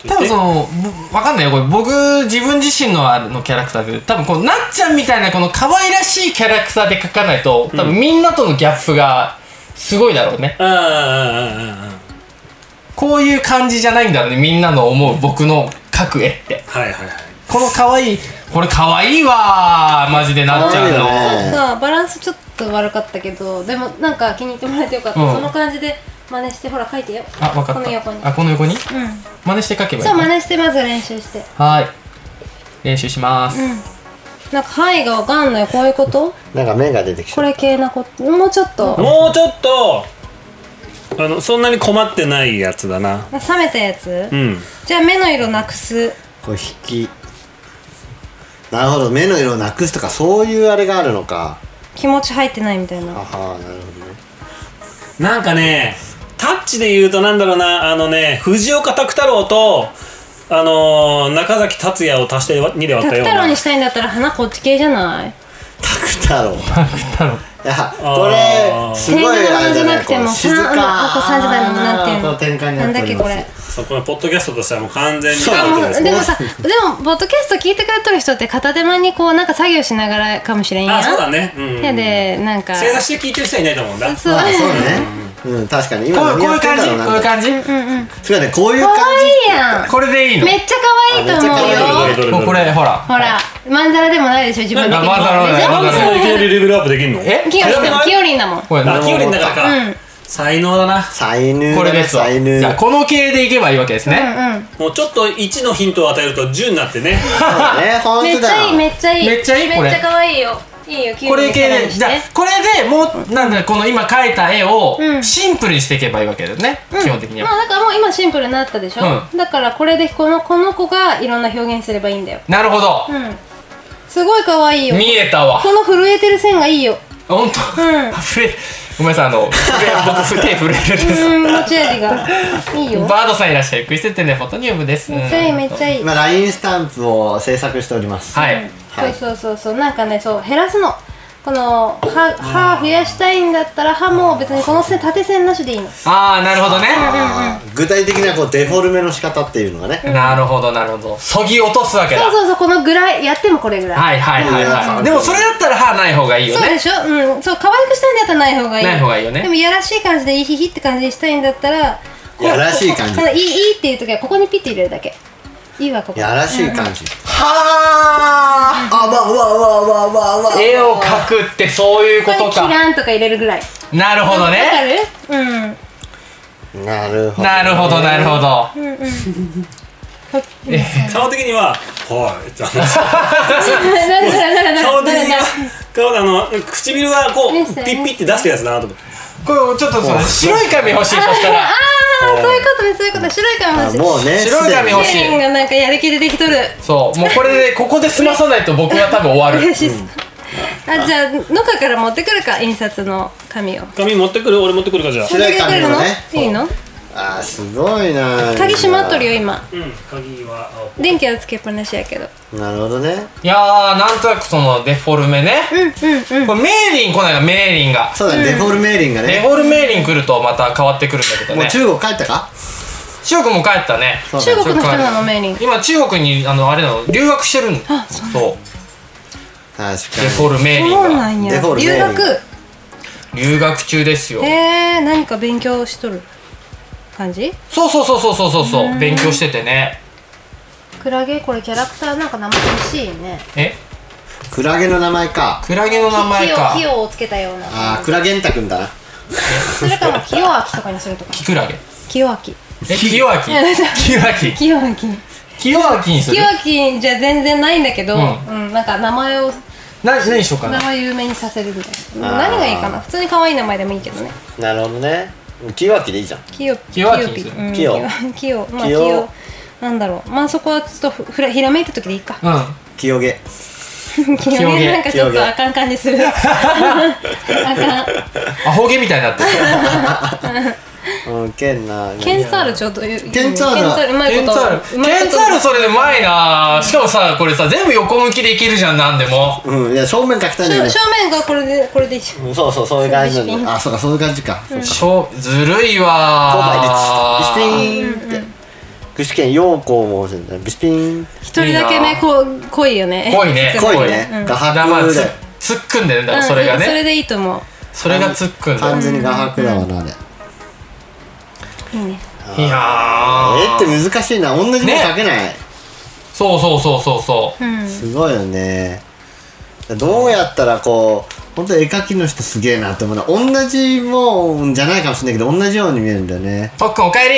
多分そのぼわかんないよこれ僕自分自身のあのキャラクターで多分このなっちゃんみたいなこの可愛らしいキャラクターで描かないと多分みんなとのギャップがすごいだろうねああああああこういう感じじゃないんだろうねみんなの思う僕の描く絵ってはいはいはいこの可愛いこれ可愛いわーマジでなっちゃうの、可愛いよねなんかバランスちょっと悪かったけどでもなんか気に入ってもらえてよかった、うんその感じで真似してほら書いてよあわかったこの横にあこの横にうん真似して描けばいいそうの真似してまず練習してはーい練習します、なんか範囲がわかんないこういうことなんか目が出てきこた。れ系なこともうちょっともうちょっとあのそんなに困ってないやつだな冷めたやつ、うんじゃあ目の色なくすこれ引き。なるほど、目の色をなくすとか、そういうあれがあるのか。気持ち入ってないみたいあなはーなるほどね。なんかねタッチで言うとなんだろうなあのね藤岡拓太郎とあのー中崎達也を足して2で割った拓よう太郎なにしたいんだったら花こっち系じゃないタク太郎。タク太郎。いや、こあーれ、すごいあれじゃない、こ天狗の鼻じゃなくてもう静かさあのお子さんじゃないのなんていうのこ展開にななんってだおっけりこまれす。そこのポッドキャストとしてはもう完全にそうあなんもだうでもさでもポッドキャスト聞いてくれとる人って片手間にこうなんか作業しながらかもしれんやんあそうだねうん手でなんか正座して聞いてる人はいないと思うんだそう、まあ、そうね。うん、確かに。今こう何こうやいっうてん感だじろうこなういう感じそうだね、こういう可感愛いやんこれでいいのめっちゃ可愛いと思めっちゃ可う愛いよどれどれどもれうこれほらほらまんざらでもないでしょ自分であきるまんざらはないまんざらはなんでいきなりレベルアップできるのえキヨリンだもんキヨリンだもんこれあキヨリンだからか、うん才能だなじ。才能これだでね、すわ才じゃあ能。この系でいけばいいわけですね、うもうちょっと1のヒントを与えると10になってねそうだね、ほんめんっとちゃだいいめっちゃいいめっちゃいいこめれっちゃ可愛いよいいよキこヨリンれの系キャラでにしじゃあてこれでもうなんだこの今描いた絵をうんシンプルにしていけばいいわけだよね、基本的にまは、あだからもう今シンプルになったでしょ、うだからこれでこのこの子がいろんな表現すればいいんだよなるほど、うんすごい可愛いよ見えたわこの震えてる線がいい *laughs* よ本当、うん震えごめんなさい *laughs* あの震え僕手震えるんです、うん持ち味 *laughs* がいいよバードさんいらっしゃいクリステッテねフォトニウムですめっちゃいいめっちゃいい、今、LINE スタンプを制作しております。はうんいはいそうそうそうそうなんかねそう減らすのこの歯歯増やしたいんだったら歯も別にこの線縦線なしでいいのああなるほどねあー具体的なこうデフォルメの仕方っていうのがね。なるほどなるほどそぎ落とすわけだそうそうそうこのぐらいやってもこれぐらい、はいはいはいはいでもそれだったら歯ない方がいいよそうねでしょ、うん、そう可愛くしたいんだったらない方がいいない方がいいよねでもいやらしい感じでいいひひって感じにしたいんだったらこうやらしい感じこうこういいいいっていう時はここにピッて入れるだけいいわここやらしい感じ。はあ、わわわわわわ。あ絵を描くってそういうここことにキかランとか入れるぐらいなるほどわかねるうんなるほど。なるほどなるほど *laughs* 顔的には「はい」って話なんだなんだ顔なん的にだは顔あの唇はこうですよねピッピッて出すやつだなと思ってこれちょっとその白い紙欲しいそしたら *laughs* あーそういうことねそういうこと白い髪もあ欲しいもうね、白い髪欲しいシェリンがなんかやる気出てきとるそうもうこれでここで済まさないと僕は多分終わる嬉しいっすあじゃあ農家から持ってくるか印刷の紙を髪持ってくる俺持ってくるかじゃあ白い紙をね持ってくるのいいのあーすごいな鍵閉まっとるよ今うん鍵は青電気はつけっぱなしやけどなるほどねいやーなんとなくそのデフォルメねうんうんうんこれメーリン来ないがメーリンがそうだね、デフォルメーリンがデねフォルメーリン来るとまた変わってくるんだけどもうね中国帰ったか中国も帰ったねそうだ中国の人なのメイリン今中国にあのあれなの留学してるんだそう確デフォかルメーリンそうがなんやデフォルメ留学留学中ですよえー、何か勉強しとる感じそうそうそうそうそうそうそう勉強しててねクラゲこれキャラクターなんか名前欲しいねえクラゲの名前かクラゲの名前かキヨキヨをつけたようなああクラゲンタくんだなそれかもキヨアキとかにするとかキクラゲ清明清え *laughs* 清明清明明清明にする清明じゃ全然ないんだけど、ううんんなんか名前をな何にしようか名な前有名にさせるみたいなあー何がいいかな普通に可愛い名前でもいいけどねなるほどねキワキでいいじゃん清清明にするうん清清まあ清清なんだろうまあそこはちょっとふふらひらめいた時でいいかうんキヨゲ清清明明なんかちょっとあかん感じ *laughs* するあかんアホ毛みたいに *laughs* なってるうんけんなケンツァールちょうどいいケンツァールはうまいケこンとツァうールまいことケンツァールそれでうまいなしかもさこれさ全部横向きでいけるじゃんなんでもうんいや正面描きたいんだけ正ど正面がこれでこれでいいじゃんうんそうそうそういう感じなんだそうあそうかそういう感じかそうかしょずるいビわスピーーンって具志堅陽光もそうだねビスピーン一人だけいいねなこう濃いよね濃いね濃いね画だまあ伯つだよつっくんでるんだうよんそれがそれねでいいと思それがつっくんだよ完全に画伯だわなあれういいねいや絵っーて難しいな同じもの描けないそうそうそうそうそううんすごいよねどうやったらこう本当絵描きの人すげえなって思うな同じもんじゃないかもしれないけど同じように見えるんだよねとっくんおかえり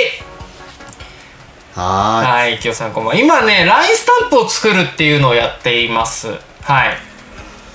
ははいきよさんこんばんは今ね LINE スタンプを作るっていうのをやっていますはい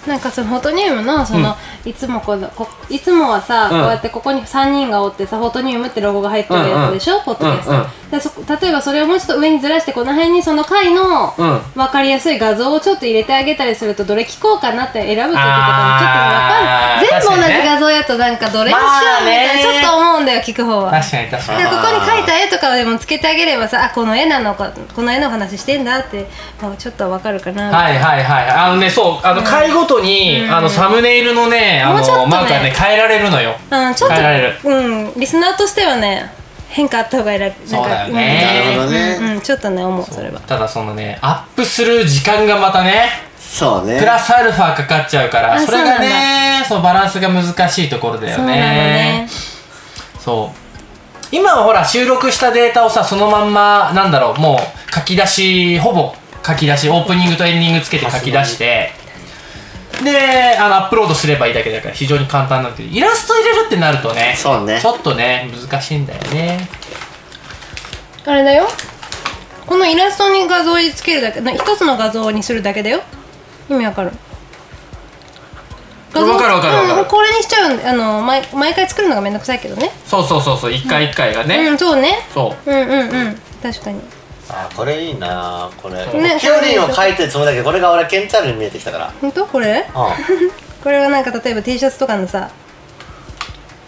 なんかそのフォトニウムのその、いつもこのこいつもはさ、うんこうやってここに3人がおってさフォトニウムってロゴが入ってるやつでしょ、ポッドキャスト、うんうんでそこ例えばそれをもうちょっと上にずらしてこの辺にその回のうん分かりやすい画像をちょっと入れてあげたりするとどれ聞こうかなって選ぶ時とかあーもちょっと分かんない全部同確かにじね画像やとなんかどれにしようみたいな、まあねちょっと思うんだよ聞く方は。確かに確かでにここに描いた絵とかでもつけてあげればさあこの絵なのかこの絵の話してんだってもうちょっとわかるかなみたいなはいはいはいあのねそうあの回ごとに、あのサムネイルのねあのもうちょっとねマークがね変えられるのようん、ちょっと変えられるうん、リスナーとしてはね変化あった方が選びそうだよいなねるほどうんねうんうん、ちょっとね思うそれはただそのねアップする時間がまたねそうねプラスアルファかかっちゃうからあそれがそうねそのバランスが難しいところだよそうなのねねそう今はほら収録したデータをさそのまんまなんだろうもう書き出しほぼ書き出しオープニングとエンディングつけて書き出してであのアップロードすればいいだけだから非常に簡単なんだけどイラスト入れるってなるとねそうねちょっとね難しいんだよねあれだよこのイラストに画像をつけるだけな一つの画像にするだけだよ意味わかる画像わかるわかるわかるうんこれにしちゃうんであの毎毎回作るのがめんどくさいけどねそうそうそうそう一回一回がうねんそうねそううんうんうん確かにあこれいいなこれねキヨリンを描いてるつもりだけどこれが俺ケンタルに見えてきたから本当これうん *laughs* これはなんか例えば T シャツとかのさ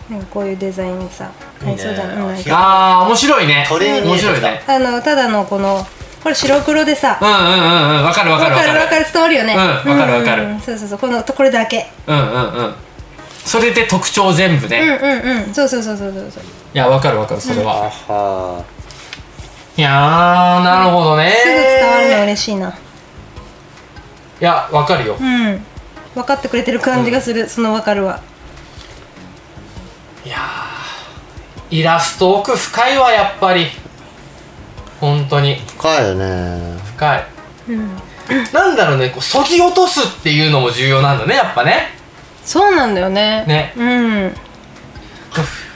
なんかこういうデザインにさ合いそうじゃんいいねうんなんかああ面白いね鳥に見え面てきた白いねあのただのこのこれ白黒でさうんうんうんうんわかるわわかるわかかるるわかる伝わるよねうんわかるわかるうんうんそうそうそうこのこれだけうんうんうんそれで特徴全部ね、うんいうんうんそうそうそうそうそうそうやわかるわかるそれは、あはいやーなるほどねすぐ伝わるの嬉しいないやわかるようん分かってくれてる感じがする、その分かるはいやーイラスト奥深いわやっぱり本当に深いよね深い、なんだろうねこうそぎ落とすっていうのも重要なんだねやっぱねそうなんだよねねうん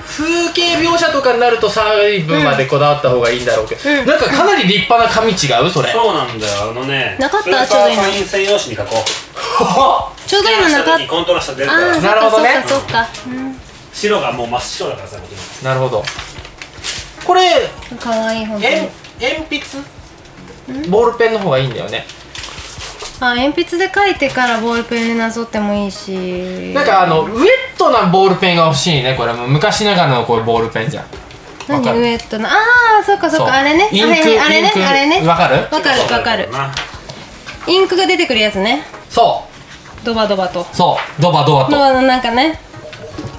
風景描写とかになると細部までこだわった方がいいんだろうけど、うんなんかかなり立派な紙違うそれそうなんだよあのねなかったスーちょパうどーいいのサイン専用紙に書こうちょうど今なか好っき時にコントラスト出るたかああらーなるほどねそっかそっかそっ白がもう真っ白だからさこっちなるほどこれかかわいい本当にえ鉛筆ボールペンの方がいいんだよねあ鉛筆で書いてからボールペンでなぞってもいいしなんかあのウェットなボールペンが欲しいねこれもう昔ながらのこういうボールペンじゃんわ何かるウエットなああそっかそっそうかあれねインクあれねあれインねクあれねわかるわかるわかるなインクが出てくるやつねそドバドバとうそうドバドバとドバのなんかね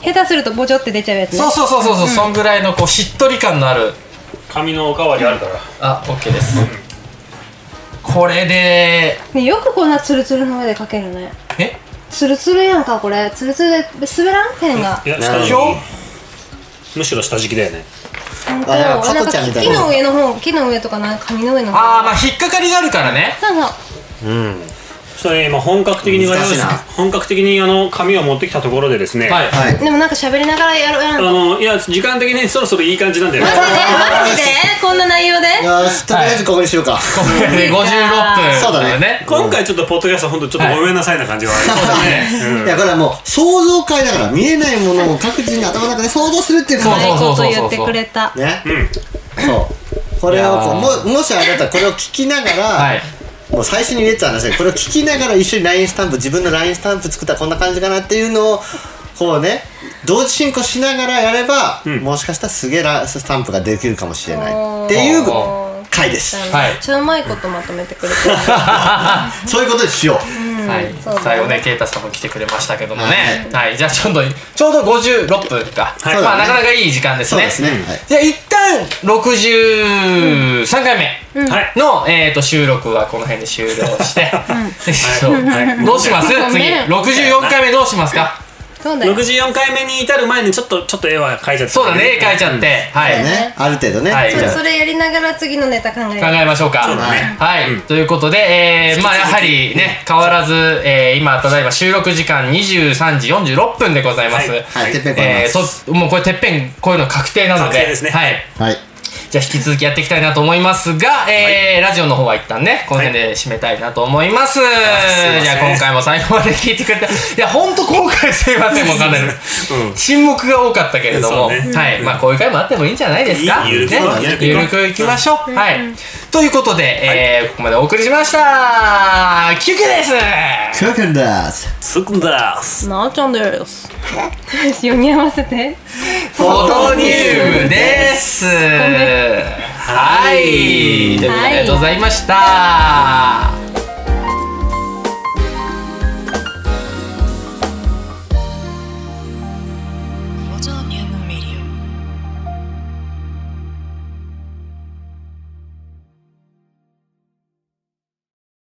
下手するとボチョって出ちゃうやつねそうそうそうそうそう、そんぐらいのこうしっとり感のある紙のおかわりあるからあオッケーですこれでねよくこんなツルツルの上で描けるねえツルツルやんかこれツルツルで滑らんペンがいや下敷なるほきむしろ下敷きだよね本当あだから加なんトちゃんかみたい木なの上の方木の上とかな紙の上の方ああまあ引っかかりがあるからねそうそうそれ今本格的に難しいな本格的にあの紙を持ってきたところでですね、はいはいでもなんか喋りながらやろうやあんマジでのいや時間的にそろそろいい感じなんだよねマジでこんな内容でよしとりあえずここにしようかこれで56分そうだね今回ちょっとポッドキャスト本当ちょっとごめんなさいな感じはあるね、いやこれはもう想像会だから見えないものを各自に頭の中で想像するっていう感そうじそうそうそういいこと言ってくれたねうんうんそうこれをこういやももしあなたこれを聞きながら、はいもう最初に言えた話だけどこれを聞きながら一緒に LINE スタンプ自分の LINE スタンプ作ったらこんな感じかなっていうのをこうね同時進行しながらやれば、んもしかしたらすげえラスタンプができるかもしれないっていうお回ですはいめっちゃうまいことまとめてくれてるそういうことにしようはい、そうだね最後ね啓太さんも来てくれましたけどもね、はいじゃあちょうどちょうど56分か、いまあ、そうだねなかなかいい時間ですそうねですね、はいじゃあ一旦63回目はいの、えー、と収録はこの辺で終了して、そう *laughs* はいどうしますご次めん64回目どうしますかそうだよ64回目に至る前にちょっとちょっと絵は描いちゃってそうだね絵描いちゃって、はい、ねある程度ね、はいじゃあそれやりながら次のネタ考え考るえましょうかそうだねはい、ということで、えーまあやはりね変わらず、えー今ただいま収録時間23時46分でございます、はいはいてっぺんこれえまーす、ともうこれてっぺんこういうの確定なの確で定ですねはい、はいじゃあ引き続きやっていきたいなと思いますが、えーラジオの方は一旦ねこの辺で締めたいなと思います、すいませんじゃあ今回も最後まで聞いてくれていやほんと今回すいませんもうか *laughs* なりうん沈黙が多かったけれども、そうねはいまあこういう回もあってもいいんじゃないですかいいゆるくねゆるくゆるくいきましょう、はいということで、えーここまでお送りしましたキュキュですクーケンですつくんだーすなあちゃんです *laughs* 読み合わせてフォトニウムですはい、ということでありがとうございました、